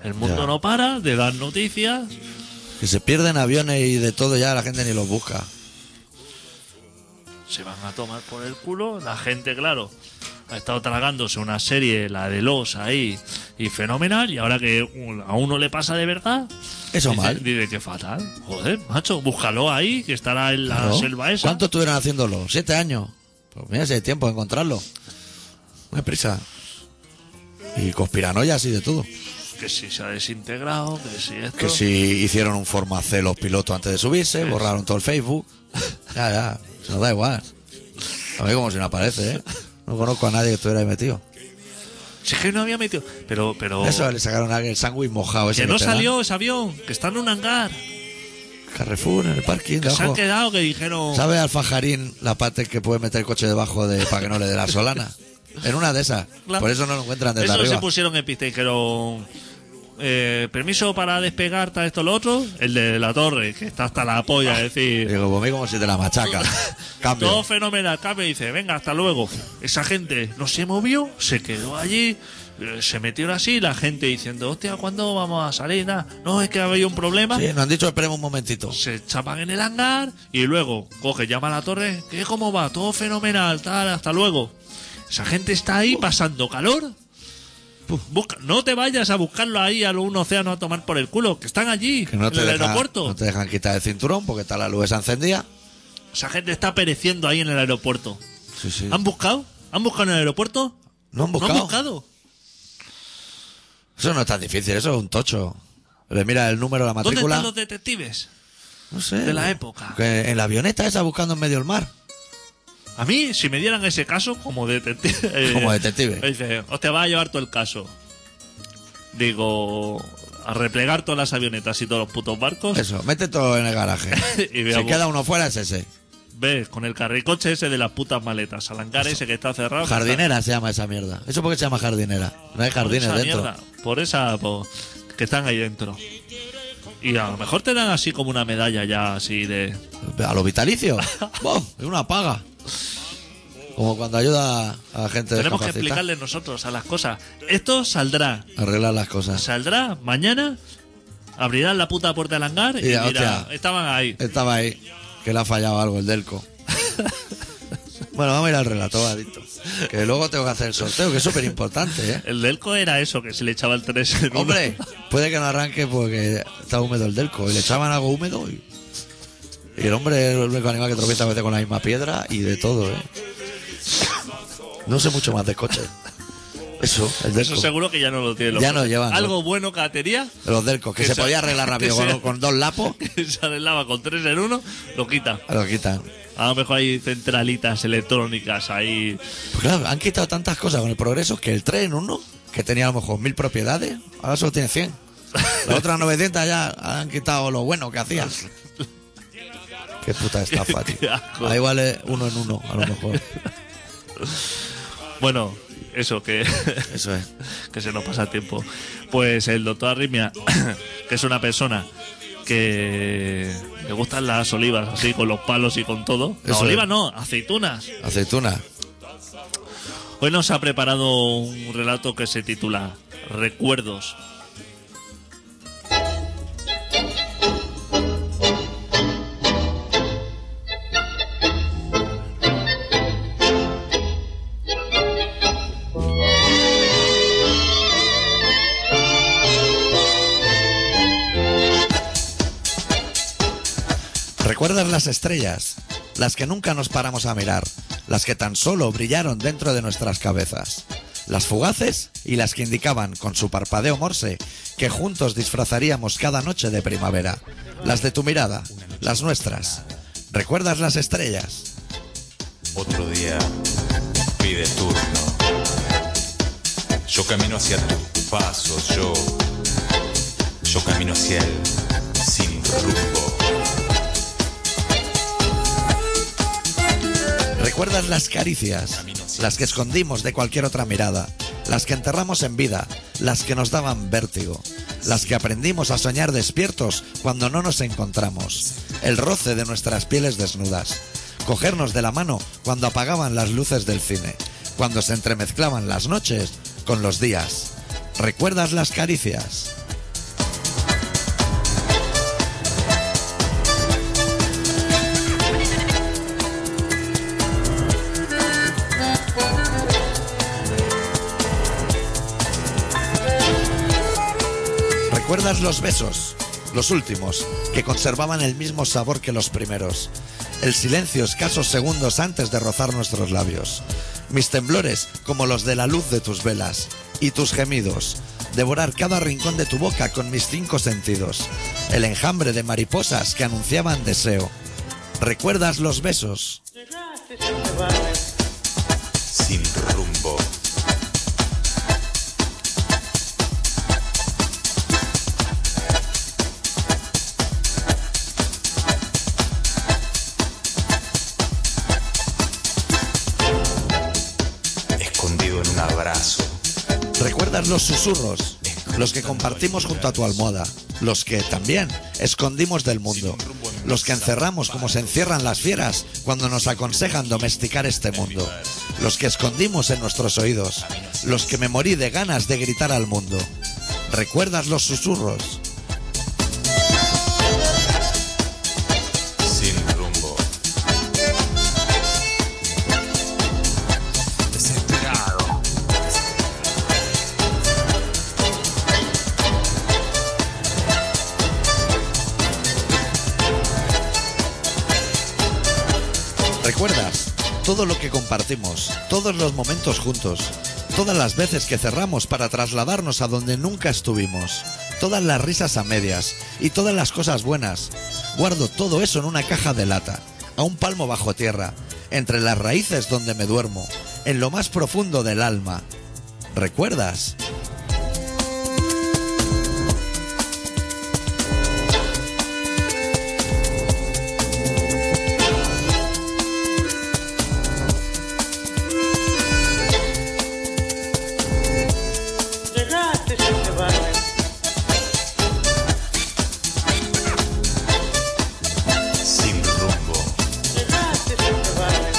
[SPEAKER 3] El mundo
[SPEAKER 2] Ya.
[SPEAKER 3] no para de dar noticias.
[SPEAKER 2] Que se pierden aviones y de todo ya la gente ni los busca.
[SPEAKER 3] se van a tomar por el culo. La gente, claro, ha estado tragándose una serie, la de los ahí, y fenomenal. Y ahora que un- a uno le pasa de verdad,
[SPEAKER 2] Eso
[SPEAKER 3] dice,
[SPEAKER 2] mal.
[SPEAKER 3] dice que fatal. Joder, macho, búscalo ahí, que estará en la
[SPEAKER 2] Claro.
[SPEAKER 3] selva esa.
[SPEAKER 2] ¿Cuánto estuvieron haciéndolo? ¿Siete años? Pues mira, si hay tiempo de encontrarlo. No hay prisa. Y conspiranoias y de todo.
[SPEAKER 3] Que si se ha desintegrado, que si esto.
[SPEAKER 2] Que si hicieron un formacé los pilotos antes de subirse, borraron todo el Facebook. Ya, ya, se nos da igual. A mí como si no aparece, ¿eh? No conozco a nadie que estuviera ahí metido.
[SPEAKER 3] Si es que no había metido. Pero, pero.
[SPEAKER 2] Eso le sacaron a alguien el sándwich mojado ese
[SPEAKER 3] Oh. que no
[SPEAKER 2] te dan.
[SPEAKER 3] salió ese avión, que está en un hangar.
[SPEAKER 2] Carrefour, en el parking,
[SPEAKER 3] Que se han
[SPEAKER 2] debajo.
[SPEAKER 3] quedado, que dijeron.
[SPEAKER 2] ¿Sabe alfajarín la parte que puede meter el coche debajo de para que no le dé la solana? En una de esas.
[SPEAKER 3] Claro.
[SPEAKER 2] Por eso no lo encuentran desde
[SPEAKER 3] Eso se
[SPEAKER 2] arriba.
[SPEAKER 3] pusieron en pista y dijeron eh, permiso para despegar tal esto lo otro el de la torre que está hasta la polla es decir
[SPEAKER 2] Digo, comí como si te la machaca.
[SPEAKER 3] todo
[SPEAKER 2] Ah, Cambio.
[SPEAKER 3] fenomenal cambio y dice venga hasta luego esa gente no se movió se quedó allí eh, se metieron así la gente diciendo, hostia, ¿cuándo vamos a salir? Nah, No, es que había un problema.
[SPEAKER 2] Sí, nos han dicho, esperemos un momentito.
[SPEAKER 3] Se chapan en el hangar y luego coge, llama a la torre, ¿qué cómo va? Todo fenomenal, tal, hasta luego. Esa gente está ahí pasando calor. Busca- no te vayas a buscarlo ahí a un océano a tomar por el culo, que están allí,
[SPEAKER 2] Que no
[SPEAKER 3] en
[SPEAKER 2] te,
[SPEAKER 3] el
[SPEAKER 2] dejan,
[SPEAKER 3] aeropuerto.
[SPEAKER 2] no te dejan quitar el cinturón porque está la luz esa encendida.
[SPEAKER 3] Esa gente está pereciendo ahí en el aeropuerto.
[SPEAKER 2] Sí, sí.
[SPEAKER 3] ¿Han buscado? ¿Han buscado en el aeropuerto?
[SPEAKER 2] No han buscado.
[SPEAKER 3] ¿No han buscado?
[SPEAKER 2] Eso no es tan difícil, eso es un tocho. Le mira el número de la
[SPEAKER 3] ¿Dónde
[SPEAKER 2] matrícula.
[SPEAKER 3] están los detectives?
[SPEAKER 2] No sé.
[SPEAKER 3] de la época?
[SPEAKER 2] Que en la avioneta esa buscando en medio del mar.
[SPEAKER 3] A mí, si me dieran ese caso como detective. eh,
[SPEAKER 2] Como detective.
[SPEAKER 3] me Dice, te va a llevar todo el caso. Digo, a replegar todas las avionetas y todos los putos barcos.
[SPEAKER 2] Eso, mete todo en el garaje.
[SPEAKER 3] Y
[SPEAKER 2] si
[SPEAKER 3] veamos.
[SPEAKER 2] queda uno fuera es ese.
[SPEAKER 3] ¿Ves? Con el carricoche ese de las putas maletas. Al hangar ese que está cerrado. que
[SPEAKER 2] Jardinera se llama esa mierda. ¿Eso por qué se llama jardinera? No hay
[SPEAKER 3] está- por
[SPEAKER 2] jardines
[SPEAKER 3] esa
[SPEAKER 2] dentro.
[SPEAKER 3] mierda, por esa. po- que están ahí dentro. Y a lo mejor te dan así como una medalla ya, así de.
[SPEAKER 2] A lo vitalicio. ¡Bum! Es una paga. Como cuando ayuda a la gente
[SPEAKER 3] Tenemos que
[SPEAKER 2] discapacitada
[SPEAKER 3] explicarle nosotros a las cosas. Esto saldrá
[SPEAKER 2] a arreglar las cosas.
[SPEAKER 3] saldrá mañana, abrirán la puta puerta del hangar y,
[SPEAKER 2] Mira,
[SPEAKER 3] dirá,
[SPEAKER 2] hostia.
[SPEAKER 3] estaban ahí.
[SPEAKER 2] Estaba ahí, que le ha fallado algo el Delco. bueno, vamos a ir al relato, va, Adicto. Que luego tengo que hacer el sorteo, que es súper importante, ¿eh?
[SPEAKER 3] El delco era eso, que se le echaba el 3 en uno.
[SPEAKER 2] Hombre, puede que no arranque porque está húmedo el Delco. Y le echaban algo húmedo y. y el hombre es el único animal que tropieza a veces con la misma piedra y de todo, ¿eh? No sé mucho más de coche. Eso, el Delco.
[SPEAKER 3] Eso seguro que ya no lo tiene.
[SPEAKER 2] Ya no llevan, ¿no?
[SPEAKER 3] Algo bueno que tenía,
[SPEAKER 2] Los Delcos, que,
[SPEAKER 3] Que
[SPEAKER 2] se,
[SPEAKER 3] se-
[SPEAKER 2] podía arreglar rápido
[SPEAKER 3] que se-
[SPEAKER 2] con, con dos lapos.
[SPEAKER 3] que se arreglaba con 3 en uno, lo quita.
[SPEAKER 2] Lo quitan.
[SPEAKER 3] A lo mejor hay centralitas electrónicas ahí.
[SPEAKER 2] Pues claro, han quitado tantas cosas con el progreso que el 3 en 1, que tenía a lo mejor mil propiedades, ahora solo tiene 100. Las otras 900 ya han quitado lo bueno que hacían. Qué puta estafa, tío.
[SPEAKER 3] Qué asco.
[SPEAKER 2] Ahí vale uno en uno, a lo mejor.
[SPEAKER 3] Bueno, eso que,
[SPEAKER 2] Eso es.
[SPEAKER 3] que se nos pasa el tiempo. Pues el doctor Arrimia, que es una persona que le gustan las olivas, así con los palos y con todo. Las
[SPEAKER 2] Eso es.
[SPEAKER 3] olivas no, aceitunas.
[SPEAKER 2] Aceituna.
[SPEAKER 3] Hoy nos ha preparado un relato que se titula Recuerdos.
[SPEAKER 2] ¿Recuerdas las estrellas? Las que nunca nos paramos a mirar, las que tan solo brillaron dentro de nuestras cabezas, las fugaces y las que indicaban con su parpadeo morse que juntos disfrazaríamos cada noche de primavera, las de tu mirada, las nuestras. ¿Recuerdas las estrellas?
[SPEAKER 5] Otro día pide turno. Yo camino hacia tus pasos, yo. Yo camino hacia él sin rumbo.
[SPEAKER 2] ¿Recuerdas las caricias? Las que escondimos de cualquier otra mirada, las que enterramos en vida, las que nos daban vértigo, las que aprendimos a soñar despiertos cuando no nos encontramos, el roce de nuestras pieles desnudas, cogernos de la mano cuando apagaban las luces del cine, cuando se entremezclaban las noches con los días. ¿Recuerdas las caricias? ¿Recuerdas los besos? Los últimos, que conservaban el mismo sabor que los primeros. El silencio escasos segundos antes de rozar nuestros labios. Mis temblores como los de la luz de tus velas. Y tus gemidos. Devorar cada rincón de tu boca con mis cinco sentidos. El enjambre de mariposas que anunciaban deseo. ¿Recuerdas los besos?
[SPEAKER 5] Sin rumbo. Escondido en un abrazo.
[SPEAKER 2] ¿Recuerdas los susurros? Los que compartimos junto a tu almohada. Los que también escondimos del mundo. Los que encerramos como se encierran las fieras cuando nos aconsejan domesticar este mundo. los que escondimos en nuestros oídos, los que me morí de ganas de gritar al mundo. ¿Recuerdas los susurros?
[SPEAKER 5] sin rumbo. Desesperado.
[SPEAKER 2] ¿Recuerdas? Todo lo que compartimos, todos los momentos juntos, todas las veces que cerramos para trasladarnos a donde nunca estuvimos, todas las risas a medias y todas las cosas buenas. Guardo todo eso en una caja de lata, a un palmo bajo tierra, entre las raíces donde me duermo, en lo más profundo del alma. ¿Recuerdas?
[SPEAKER 6] Llegaste, yo te vale.
[SPEAKER 5] Sin rumbo.
[SPEAKER 6] Llegaste, yo te vale.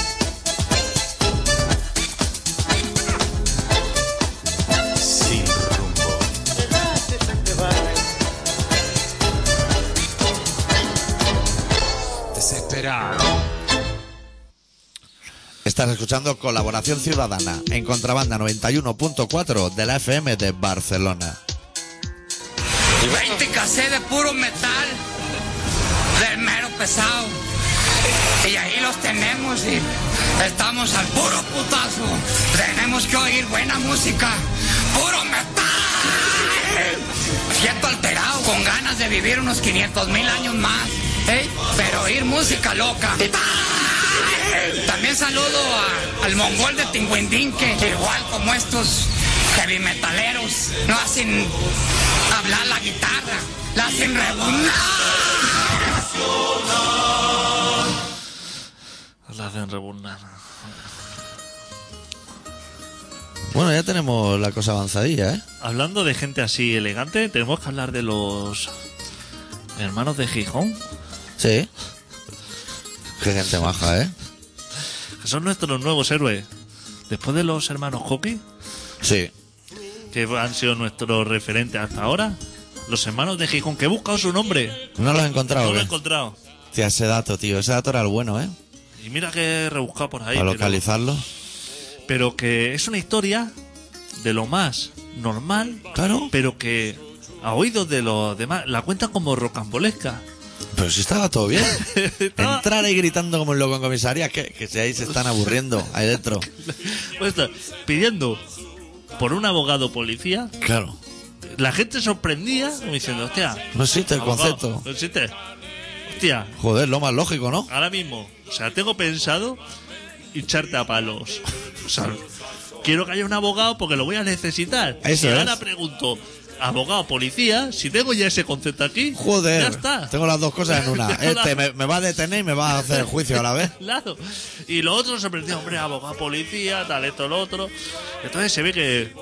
[SPEAKER 5] Sin rumbo.
[SPEAKER 6] Llegaste, yo te vale.
[SPEAKER 5] Desesperado.
[SPEAKER 2] Estás escuchando Colaboración Ciudadana en Contrabanda 91.4 de la FM de Barcelona.
[SPEAKER 7] 20 cassettes de puro metal, del mero pesado. Y ahí los tenemos y estamos al puro putazo. Tenemos que oír buena música, puro metal. Siento alterado, con ganas de vivir unos 500 mil años más, ¿eh? pero oír música loca. También saludo a- al mongol de Tinguindín, que igual como estos heavy metaleros, no hacen hablar la guitarra, la hacen rebuznar.
[SPEAKER 3] La hacen rebundar.
[SPEAKER 2] Bueno, ya tenemos la cosa avanzadilla, ¿eh?
[SPEAKER 3] Hablando de gente así elegante, tenemos que hablar de los hermanos de Gijón,
[SPEAKER 2] Sí. Qué gente maja, ¿eh?
[SPEAKER 3] que son nuestros nuevos héroes. Después de los hermanos Coqui,
[SPEAKER 2] Sí.
[SPEAKER 3] que han sido nuestros referentes hasta ahora, los hermanos de Gijón, que he buscado su nombre,
[SPEAKER 2] ¿No lo has
[SPEAKER 3] no
[SPEAKER 2] encontrado?
[SPEAKER 3] lo he
[SPEAKER 2] ¿qué?
[SPEAKER 3] encontrado.
[SPEAKER 2] Tía, ese dato, tío. Ese dato era el bueno, ¿eh?
[SPEAKER 3] Y mira que he rebuscado por ahí.
[SPEAKER 2] Para
[SPEAKER 3] pero-
[SPEAKER 2] localizarlo.
[SPEAKER 3] pero que es una historia de lo más normal,
[SPEAKER 2] Claro.
[SPEAKER 3] pero que a oídos de los demás la cuentan como rocambolesca.
[SPEAKER 2] Pero si estaba todo bien.
[SPEAKER 3] Estaba-
[SPEAKER 2] Entrar ahí gritando como un loco en comisaría, que, que si ahí se están aburriendo, ahí dentro.
[SPEAKER 3] Pues está, pidiendo por un abogado policía,
[SPEAKER 2] Claro.
[SPEAKER 3] la gente sorprendía como diciendo, hostia,
[SPEAKER 2] No existe el
[SPEAKER 3] abogado,
[SPEAKER 2] concepto.
[SPEAKER 3] no existe. Hostia,
[SPEAKER 2] Joder, lo más lógico, ¿no?
[SPEAKER 3] ahora mismo, o sea, tengo pensado hincharte a palos. O sea, quiero que haya un abogado porque lo voy a necesitar.
[SPEAKER 2] Eso
[SPEAKER 3] y
[SPEAKER 2] es.
[SPEAKER 3] ahora pregunto, abogado, policía, si tengo ya ese concepto aquí,
[SPEAKER 2] Joder.
[SPEAKER 3] ya está.
[SPEAKER 2] Tengo las dos cosas en una.
[SPEAKER 3] Tengo la-
[SPEAKER 2] Este me, me va a detener y me va a hacer juicio a la vez.
[SPEAKER 3] Claro. Y lo otro sorprendió, hombre, abogado, policía, tal, esto, lo otro. Entonces se ve que,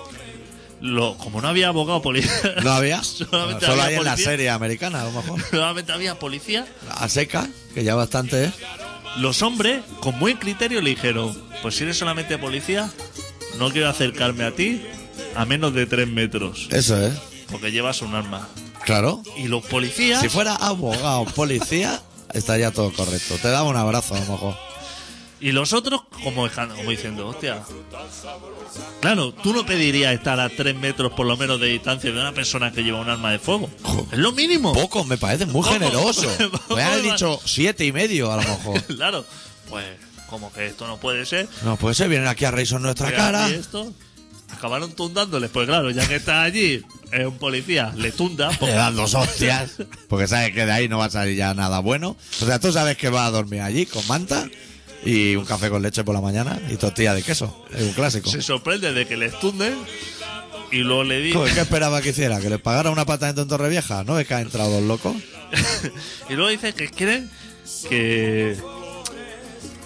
[SPEAKER 3] lo, como no había abogado, policía.
[SPEAKER 2] ¿No había?
[SPEAKER 3] Solamente
[SPEAKER 2] Solo
[SPEAKER 3] había
[SPEAKER 2] hay en la
[SPEAKER 3] policía.
[SPEAKER 2] serie americana, a lo mejor.
[SPEAKER 3] Solamente había policía.
[SPEAKER 2] A seca, que ya bastante, ¿eh?
[SPEAKER 3] Los hombres, con buen criterio, le dijeron: Pues si eres solamente policía, no quiero acercarme a ti a menos de tres metros,
[SPEAKER 2] Eso es.
[SPEAKER 3] porque llevas un arma.
[SPEAKER 2] Claro.
[SPEAKER 3] Y los policías,
[SPEAKER 2] Si fuera abogado, policía, estaría todo correcto. Te daba un abrazo, a lo mejor.
[SPEAKER 3] y los otros, como, dejando- como diciendo: Hostia. Claro, tú no pedirías estar a tres metros por lo menos de distancia de una persona que lleva un arma de fuego.
[SPEAKER 2] Jo.
[SPEAKER 3] Es lo mínimo.
[SPEAKER 2] Poco, me parece muy
[SPEAKER 3] Poco.
[SPEAKER 2] generoso.
[SPEAKER 3] Poco,
[SPEAKER 2] Me han
[SPEAKER 3] ¿verdad?
[SPEAKER 2] dicho siete y medio, a lo mejor.
[SPEAKER 3] Claro, pues como que esto no puede ser.
[SPEAKER 2] No, pues se vienen aquí a reírse en nuestra
[SPEAKER 3] Pero
[SPEAKER 2] cara.
[SPEAKER 3] así esto, acabaron tundándoles, pues claro, ya que está allí, es un policía, le tunda.
[SPEAKER 2] Le
[SPEAKER 3] pues-
[SPEAKER 2] dan dos hostias. Porque sabes que de ahí no va a salir ya nada bueno. O sea, tú sabes que va a dormir allí con manta y un café con leche por la mañana y tortilla de queso. Es un clásico.
[SPEAKER 3] se sorprende de que les tunden y luego le di
[SPEAKER 2] Joder, ¿Qué esperaba que hiciera? ¿Que le pagara una patadita en Torrevieja? ¿No es que ha entrado el loco?
[SPEAKER 3] y luego dice que quieren que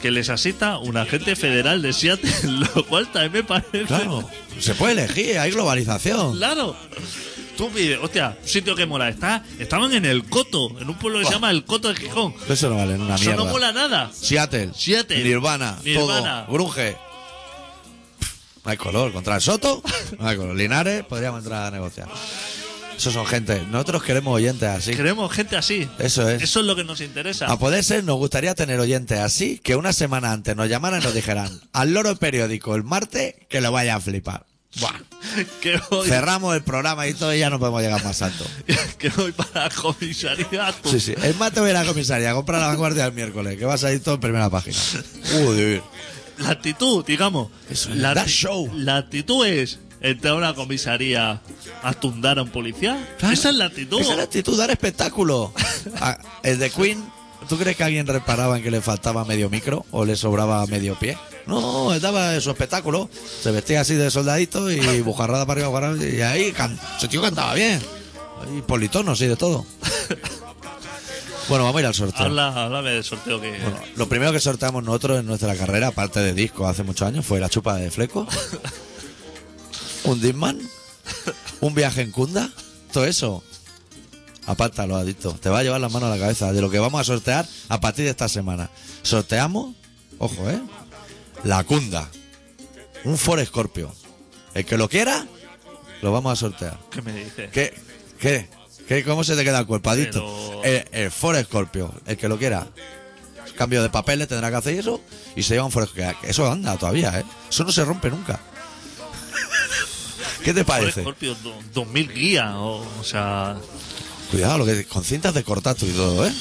[SPEAKER 3] que les asista un agente federal de Seattle, lo cual también me parece
[SPEAKER 2] Claro. Se puede elegir, hay globalización.
[SPEAKER 3] Claro. Tú pides, hostia, un sitio que mola. Está, estaban en el Coto, en un pueblo que se llama el Coto de Gijón.
[SPEAKER 2] Eso no vale una
[SPEAKER 3] Eso
[SPEAKER 2] mierda.
[SPEAKER 3] no mola nada.
[SPEAKER 2] Seattle,
[SPEAKER 3] Seattle,
[SPEAKER 2] Nirvana,
[SPEAKER 3] Nirvana.
[SPEAKER 2] todo, Grunge. No hay color. Contra el Soto, no hay color. Linares, podríamos entrar a negociar. Esos son gente. Nosotros queremos oyentes así.
[SPEAKER 3] Queremos gente así.
[SPEAKER 2] Eso es. Ah,
[SPEAKER 3] Eso es lo que nos interesa.
[SPEAKER 2] A poder ser, nos gustaría tener oyentes así que una semana antes nos llamaran y nos dijeran al loro periódico el martes que lo vaya a flipar.
[SPEAKER 3] Buah. Que voy,
[SPEAKER 2] Cerramos el programa y todo y ya no podemos llegar más alto.
[SPEAKER 3] que voy para la comisaría.
[SPEAKER 2] Sí, sí. El martes voy a ir a la comisaría a comprar la vanguardia el miércoles, que va a salir todo en primera página. Uy,
[SPEAKER 3] La actitud, digamos.
[SPEAKER 2] Eso es,
[SPEAKER 3] la,
[SPEAKER 2] that
[SPEAKER 3] acti-
[SPEAKER 2] show.
[SPEAKER 3] la actitud es entrar a una comisaría a tundar a un policía. Esa es la actitud.
[SPEAKER 2] Esa es la actitud, dar espectáculo. Ah, el de Queen, ¿tú crees que alguien reparaba en que le faltaba medio micro o le sobraba medio pie? No, él daba su espectáculo. Se vestía así de soldadito y bujarrada para arriba, bujarrada. Y ahí can- ese tío cantaba bien. Y politonos y de todo. Bueno, vamos a ir al sorteo.
[SPEAKER 3] Habla, háblame del sorteo que.
[SPEAKER 2] Bueno, lo primero que sorteamos nosotros en nuestra carrera, aparte de disco hace muchos años, fue la chupa de fleco, un Disman, un viaje en Kunda, todo eso. Aparta los adictos, te va a llevar las manos a la cabeza de lo que vamos a sortear a partir de esta semana. Sorteamos, ojo, ¿eh? La Kunda, un Ford Scorpio. El que lo quiera, lo vamos a sortear.
[SPEAKER 3] ¿Qué me dices?
[SPEAKER 2] ¿Qué? ¿Qué? ¿Qué? ¿Cómo se te queda el cuerpo, adicto?
[SPEAKER 3] Pero-
[SPEAKER 2] El, el Ford Scorpio, el que lo quiera. Cambio de papeles tendrá que hacer eso y se lleva un Ford Scorpio. Eso anda todavía, ¿eh? Eso no se rompe nunca. ¿Qué te
[SPEAKER 3] Por
[SPEAKER 2] parece?
[SPEAKER 3] Scorpio, do- 2000 guías. O, o sea.
[SPEAKER 2] Cuidado, lo que con cintas de cortato y todo, ¿eh?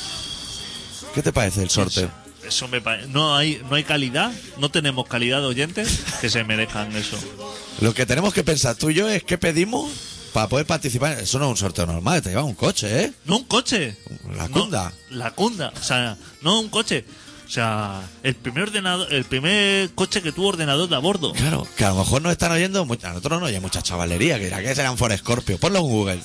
[SPEAKER 2] ¿Qué te parece el sorteo?
[SPEAKER 3] Eso, eso me parece. No hay, no hay calidad. No tenemos calidad de oyentes que se merezcan eso.
[SPEAKER 2] Lo que tenemos que pensar tú y yo es qué pedimos para poder participar. Eso no es un sorteo normal, te lleva un coche, ¿eh?
[SPEAKER 3] No un coche.
[SPEAKER 2] La
[SPEAKER 3] No,
[SPEAKER 2] cunda.
[SPEAKER 3] la cunda. O sea, no un coche. O sea, el primer ordenador, el primer coche que tuvo ordenador de a bordo.
[SPEAKER 2] Claro, que a lo mejor nos están oyendo, mu- a nosotros no oye mucha chavalería, que dirá que será un Ford Scorpio. Ponlo en Google.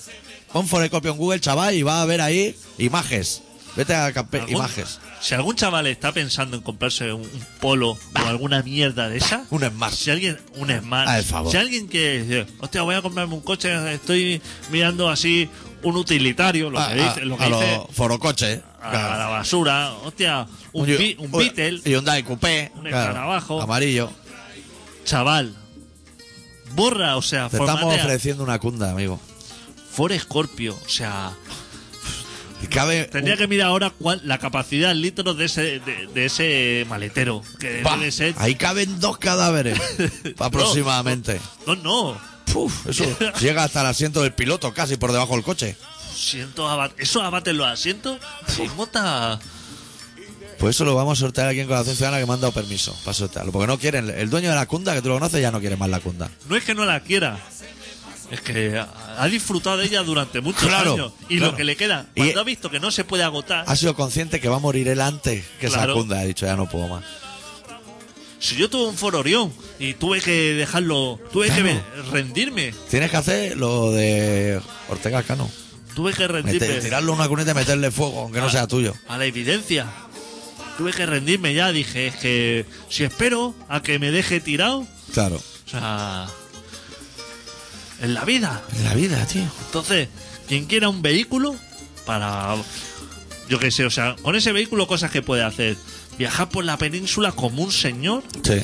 [SPEAKER 2] Pon Ford Scorpio en Google, chaval, y va a ver ahí imágenes. Vete a campe-
[SPEAKER 3] ¿Algún-
[SPEAKER 2] imágenes.
[SPEAKER 3] Si algún chaval está pensando en comprarse un, un polo o alguna mierda de esa,
[SPEAKER 2] Un Smart.
[SPEAKER 3] Si alguien, un Smart.
[SPEAKER 2] Al favor.
[SPEAKER 3] Si alguien que dice, hostia, voy a comprarme un coche, estoy mirando así un utilitario, lo
[SPEAKER 2] A,
[SPEAKER 3] que dice,
[SPEAKER 2] a-
[SPEAKER 3] lo que
[SPEAKER 2] Ah, a
[SPEAKER 3] dice,
[SPEAKER 2] los forocoches.
[SPEAKER 3] a
[SPEAKER 2] claro.
[SPEAKER 3] la basura, hostia, un,
[SPEAKER 2] Yo-
[SPEAKER 3] Bi- un Beetle,
[SPEAKER 2] Y un Dai Coupé.
[SPEAKER 3] Un escarabajo.
[SPEAKER 2] Amarillo.
[SPEAKER 3] chaval, borra, o sea,
[SPEAKER 2] Te estamos
[SPEAKER 3] formatea,
[SPEAKER 2] ofreciendo una cunda, amigo.
[SPEAKER 3] Ford Scorpio, o sea,
[SPEAKER 2] Y cabe.
[SPEAKER 3] tendría
[SPEAKER 2] un-
[SPEAKER 3] que mirar ahora cuál la capacidad en litros de ese, de, de ese maletero, que
[SPEAKER 2] ¡Pah!
[SPEAKER 3] debe ser...
[SPEAKER 2] Ahí caben dos cadáveres. aproximadamente.
[SPEAKER 3] No, no.
[SPEAKER 2] Puf, eso llega hasta el asiento del piloto, casi por debajo del coche.
[SPEAKER 3] Siento abate. Eso abate los asientos. ¿Cómo está?
[SPEAKER 2] Pues eso lo vamos a sortear aquí en Corazón Ciudadana que me han dado permiso para sortearlo. Porque no quieren, el dueño de la cunda, que tú lo conoces, ya no quiere más la cunda.
[SPEAKER 3] No es que no la quiera. Es que ha ha disfrutado de ella durante muchos
[SPEAKER 2] Claro,
[SPEAKER 3] años. Y
[SPEAKER 2] claro.
[SPEAKER 3] lo que le
[SPEAKER 2] Y-
[SPEAKER 3] queda,
[SPEAKER 2] e Ah.
[SPEAKER 3] cuando ha visto que no se puede agotar,
[SPEAKER 2] Ha sido consciente que va a morir él antes que esa
[SPEAKER 3] Claro.
[SPEAKER 2] cunda. Ha dicho, ya no puedo más.
[SPEAKER 3] si yo tuve un Ford Orión y tuve que dejarlo, tuve
[SPEAKER 2] Claro.
[SPEAKER 3] que ve- rendirme,
[SPEAKER 2] Tienes que hacer lo de Ortega Cano.
[SPEAKER 3] tuve que rendirme
[SPEAKER 2] tirarlo en una cuneta y meterle fuego, aunque no sea tuyo.
[SPEAKER 3] a la evidencia. Tuve que rendirme ya, dije, es que si espero a que me deje tirado, o
[SPEAKER 2] Claro.
[SPEAKER 3] sea, en la vida,
[SPEAKER 2] En la vida, tío.
[SPEAKER 3] Entonces, quien quiera un vehículo para. Yo qué sé, o sea, con ese vehículo, cosas que puede hacer. Viajar por la península como un señor,
[SPEAKER 2] Sí.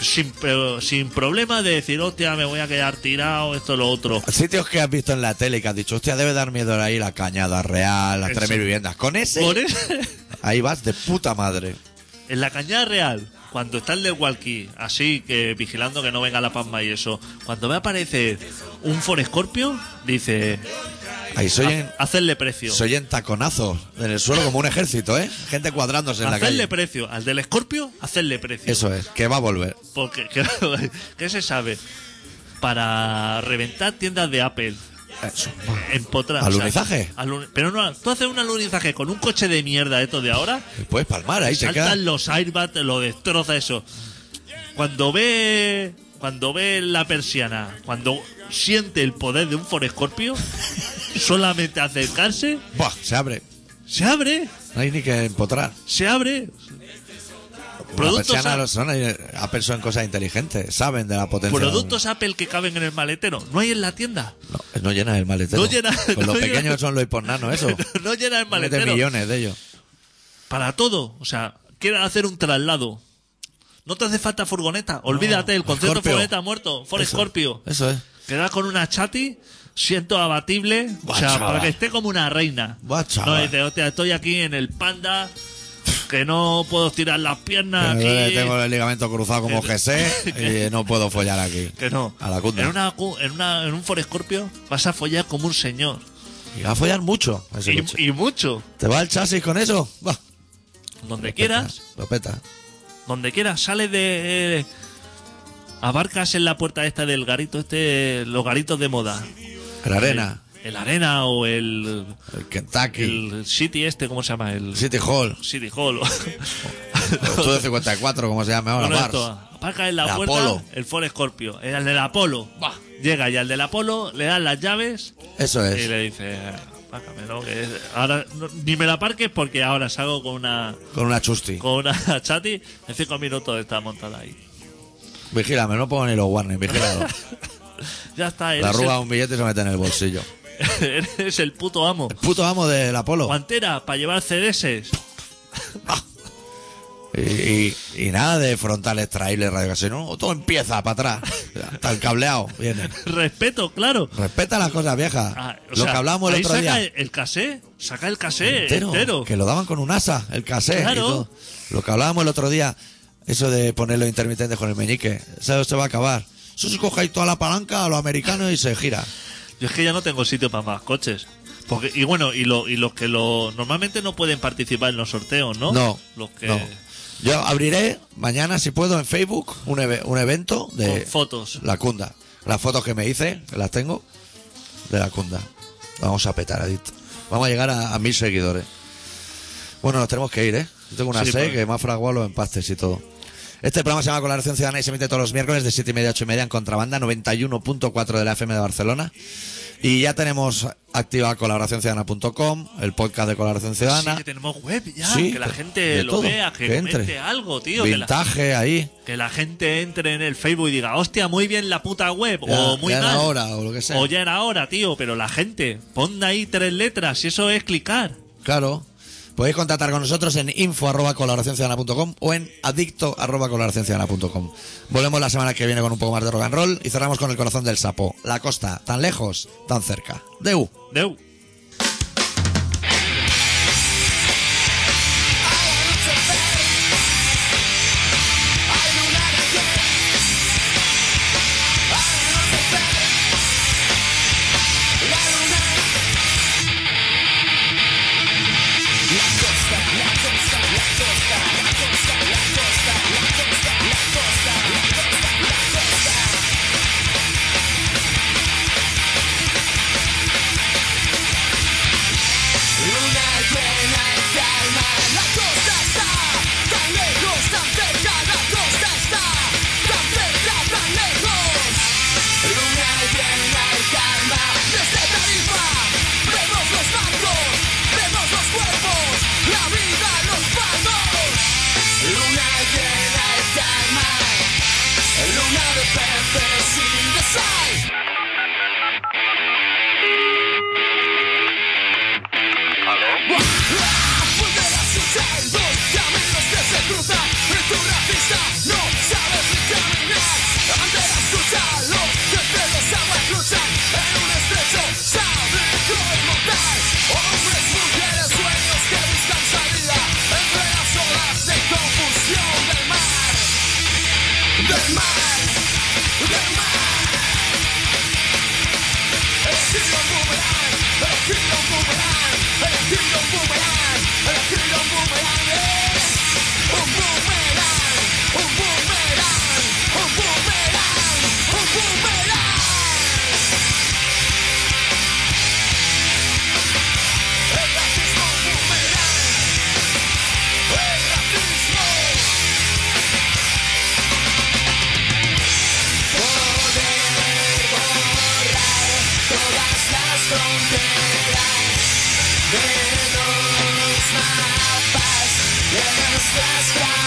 [SPEAKER 3] sin, pro- sin problema de decir, hostia, me voy a quedar tirado, esto, lo otro.
[SPEAKER 2] Sitios que has visto en la tele y que has dicho, hostia, debe dar miedo ahí la cañada real, las
[SPEAKER 3] Eso.
[SPEAKER 2] 3.000 viviendas. Con ese,
[SPEAKER 3] Por eso-
[SPEAKER 2] ahí vas de puta madre.
[SPEAKER 3] en la cañada real, cuando está el de Walkie, así que vigilando que no venga la pasma y eso, cuando me aparece un Ford Scorpio, dice,
[SPEAKER 2] Ahí soy en,
[SPEAKER 3] "Ha- hacerle precio.
[SPEAKER 2] soy en taconazos en el suelo como un ejército, ¿eh? Gente cuadrándose en la
[SPEAKER 3] hacerle
[SPEAKER 2] calle.
[SPEAKER 3] precio. Al del Scorpio, hacerle precio.
[SPEAKER 2] Eso es, que va a volver.
[SPEAKER 3] Porque, ¿qué, qué se sabe? Para reventar tiendas de Apple.
[SPEAKER 2] Eso.
[SPEAKER 3] En potras,
[SPEAKER 2] ¿Alunizaje?
[SPEAKER 3] o sea, alun- pero no, tú haces un alunizaje con un coche de mierda, esto de ahora.
[SPEAKER 2] Puedes palmar, ahí te queda.
[SPEAKER 3] saltan los airbags, lo destroza eso. Cuando ve. Cuando ve la persiana, cuando siente el poder de un Ford Scorpio, solamente acercarse,
[SPEAKER 2] Buah, se abre.
[SPEAKER 3] se abre,
[SPEAKER 2] No hay ni que empotrar.
[SPEAKER 3] se abre.
[SPEAKER 2] Las
[SPEAKER 3] Productos
[SPEAKER 2] persianas
[SPEAKER 3] a-
[SPEAKER 2] no son, eh, ha pensado en cosas inteligentes, saben de la potencia. de un-
[SPEAKER 3] Productos Apple que caben en el maletero, no hay en la tienda.
[SPEAKER 2] No, no llenas el maletero.
[SPEAKER 3] No llena-
[SPEAKER 2] Con
[SPEAKER 3] no
[SPEAKER 2] los
[SPEAKER 3] llena-
[SPEAKER 2] pequeños son los hipornanos, eso.
[SPEAKER 3] No, no llena el
[SPEAKER 2] Mete
[SPEAKER 3] maletero.
[SPEAKER 2] millones de ellos.
[SPEAKER 3] Para todo. O sea, quieren hacer un traslado. No te hace falta furgoneta. Olvídate, el concepto
[SPEAKER 2] Scorpio.
[SPEAKER 3] furgoneta muerto. Ford
[SPEAKER 2] Eso.
[SPEAKER 3] Scorpio.
[SPEAKER 2] Eso es.
[SPEAKER 3] Quedas con una chati, siento abatible.
[SPEAKER 2] Buah,
[SPEAKER 3] o sea,
[SPEAKER 2] chaval.
[SPEAKER 3] para que esté como una reina.
[SPEAKER 2] Buah, chaval.
[SPEAKER 3] no dice, hostia, estoy aquí en el panda, que no puedo tirar las piernas
[SPEAKER 2] Me duele,
[SPEAKER 3] aquí.
[SPEAKER 2] Tengo el ligamento cruzado como GC y no puedo follar aquí.
[SPEAKER 3] Que no.
[SPEAKER 2] A la cunda.
[SPEAKER 3] En, una, cu- en, una- en un Ford Scorpio vas a follar como un señor.
[SPEAKER 2] Y va a follar mucho. ese Pues coche.
[SPEAKER 3] Y, y mucho.
[SPEAKER 2] ¿Te va el chasis con eso? Va.
[SPEAKER 3] Donde quieras,
[SPEAKER 2] Lo peta.
[SPEAKER 3] donde quieras, sales de. abarcas en la puerta esta del garito, este. los garitos de moda.
[SPEAKER 2] En arena.
[SPEAKER 3] El, el arena o el.
[SPEAKER 2] El Kentucky. El
[SPEAKER 3] el City este, ¿cómo se llama? El
[SPEAKER 2] City Hall.
[SPEAKER 3] City Hall.
[SPEAKER 2] El Estudio 54, como se llama ahora.
[SPEAKER 3] Uno de
[SPEAKER 2] Bars.
[SPEAKER 3] estos. Aparca en la
[SPEAKER 2] El
[SPEAKER 3] puerta
[SPEAKER 2] Apolo.
[SPEAKER 3] el Ford Scorpio. El del Apolo. Llega y al del Apolo le dan las llaves
[SPEAKER 2] Eso
[SPEAKER 3] Y
[SPEAKER 2] es.
[SPEAKER 3] le dice, págamelo, que es- ahora no- ni me la parques porque ahora salgo con una
[SPEAKER 2] Con una chusti.
[SPEAKER 3] con una chati, en cinco minutos está montada ahí.
[SPEAKER 2] Vigílame, no pongo ni los warnings, vigílalo.
[SPEAKER 3] Ya está,
[SPEAKER 2] Le
[SPEAKER 3] eres,
[SPEAKER 2] arruga un billete y se mete en el bolsillo.
[SPEAKER 3] el, eres el puto amo.
[SPEAKER 2] Puto amo del Apolo.
[SPEAKER 3] Guantera para llevar CDs.
[SPEAKER 2] Y, y- y nada de frontales, trailers, radio casino. Todo empieza para atrás. Hasta el cableado viene.
[SPEAKER 3] Respeto, claro.
[SPEAKER 2] Respeta las cosas viejas.
[SPEAKER 3] Ah, o
[SPEAKER 2] lo
[SPEAKER 3] sea,
[SPEAKER 2] que hablamos el
[SPEAKER 3] ahí
[SPEAKER 2] otro
[SPEAKER 3] saca
[SPEAKER 2] día.
[SPEAKER 3] el- el casé, saca el casé
[SPEAKER 2] entero,
[SPEAKER 3] entero.
[SPEAKER 2] Que lo daban con un asa, el casé. y
[SPEAKER 3] Claro.
[SPEAKER 2] todo. Lo que hablábamos el otro día, eso de poner los intermitentes con el meñique, eso se va a acabar. Eso se coge ahí toda la palanca a los americanos y se gira.
[SPEAKER 3] Yo es que ya no tengo sitio para más coches. Porque, y bueno, y, lo, y los que lo normalmente no pueden participar en los sorteos, ¿no?
[SPEAKER 2] No.
[SPEAKER 3] Los que
[SPEAKER 2] no. Yo abriré mañana, si puedo, en Facebook un, eve- un evento de
[SPEAKER 3] con fotos.
[SPEAKER 2] la cunda. Las fotos que me hice, que las tengo, de la cunda. Vamos a petar, Adit. Vamos a llegar a, a mil seguidores. Bueno, nos tenemos que ir, ¿eh? Yo tengo una
[SPEAKER 3] Sí,
[SPEAKER 2] sed
[SPEAKER 3] pues.
[SPEAKER 2] que me ha fraguado los empastes y todo. Este programa se llama Colaboración Ciudadana y se emite todos los miércoles de 7 y media a 8 y media en contrabanda 91.4 de la FM de Barcelona. Y ya tenemos activa colaboracionciudadana.com, el podcast de Colaboración
[SPEAKER 3] Sí,
[SPEAKER 2] Ciudadana.
[SPEAKER 3] que tenemos web ya,
[SPEAKER 2] Sí,
[SPEAKER 3] que la
[SPEAKER 2] de-
[SPEAKER 3] gente
[SPEAKER 2] de
[SPEAKER 3] lo
[SPEAKER 2] todo,
[SPEAKER 3] vea, que,
[SPEAKER 2] que
[SPEAKER 3] comente
[SPEAKER 2] entre.
[SPEAKER 3] algo, tío. Que la,
[SPEAKER 2] Vintaje ahí.
[SPEAKER 3] que la gente entre en el Facebook y diga, hostia, muy bien la puta web,
[SPEAKER 2] Ya-
[SPEAKER 3] o muy
[SPEAKER 2] ya era
[SPEAKER 3] mal.
[SPEAKER 2] hora, o lo que sea.
[SPEAKER 3] O ya era hora, tío, pero la gente, pon ahí tres letras, y eso es clicar.
[SPEAKER 2] Claro. Podéis contactar con nosotros en info arroba colaboracionciudadana.com o en adicto arroba colaboracionciudadana.com. Volvemos la semana que viene con un poco más de rock and roll y cerramos con el corazón del sapo. La costa, tan lejos, tan cerca. Deu.
[SPEAKER 3] Deu.
[SPEAKER 4] Una plena y calma, la costa está tan lejos, tan cerca, la costa está tan cerca, tan lejos. Una plena y calma, desde Tarifa vemos los barcos, vemos los cuerpos, la vida, los pasos. Una plena y calma, luna de Pepe sin design. Volverás a usar dos caminos que se cruzan En tu repisa no sabes ni caminar Ante la escucha los que te desabacruchan En un estrecho sabrico inmortal Hombres, mujeres, sueños que buscan salida Entre las olas de confusión del mar Del mar, del mar Elegido un boomerang, elegido un boomerang, elegido un boomerang, elegido un boomerang es un boomerang, un boomerang, un boomerang, un boomerang. El racismo boomerang, el racismo. todas las fronteras de los mapas de nuestras calles.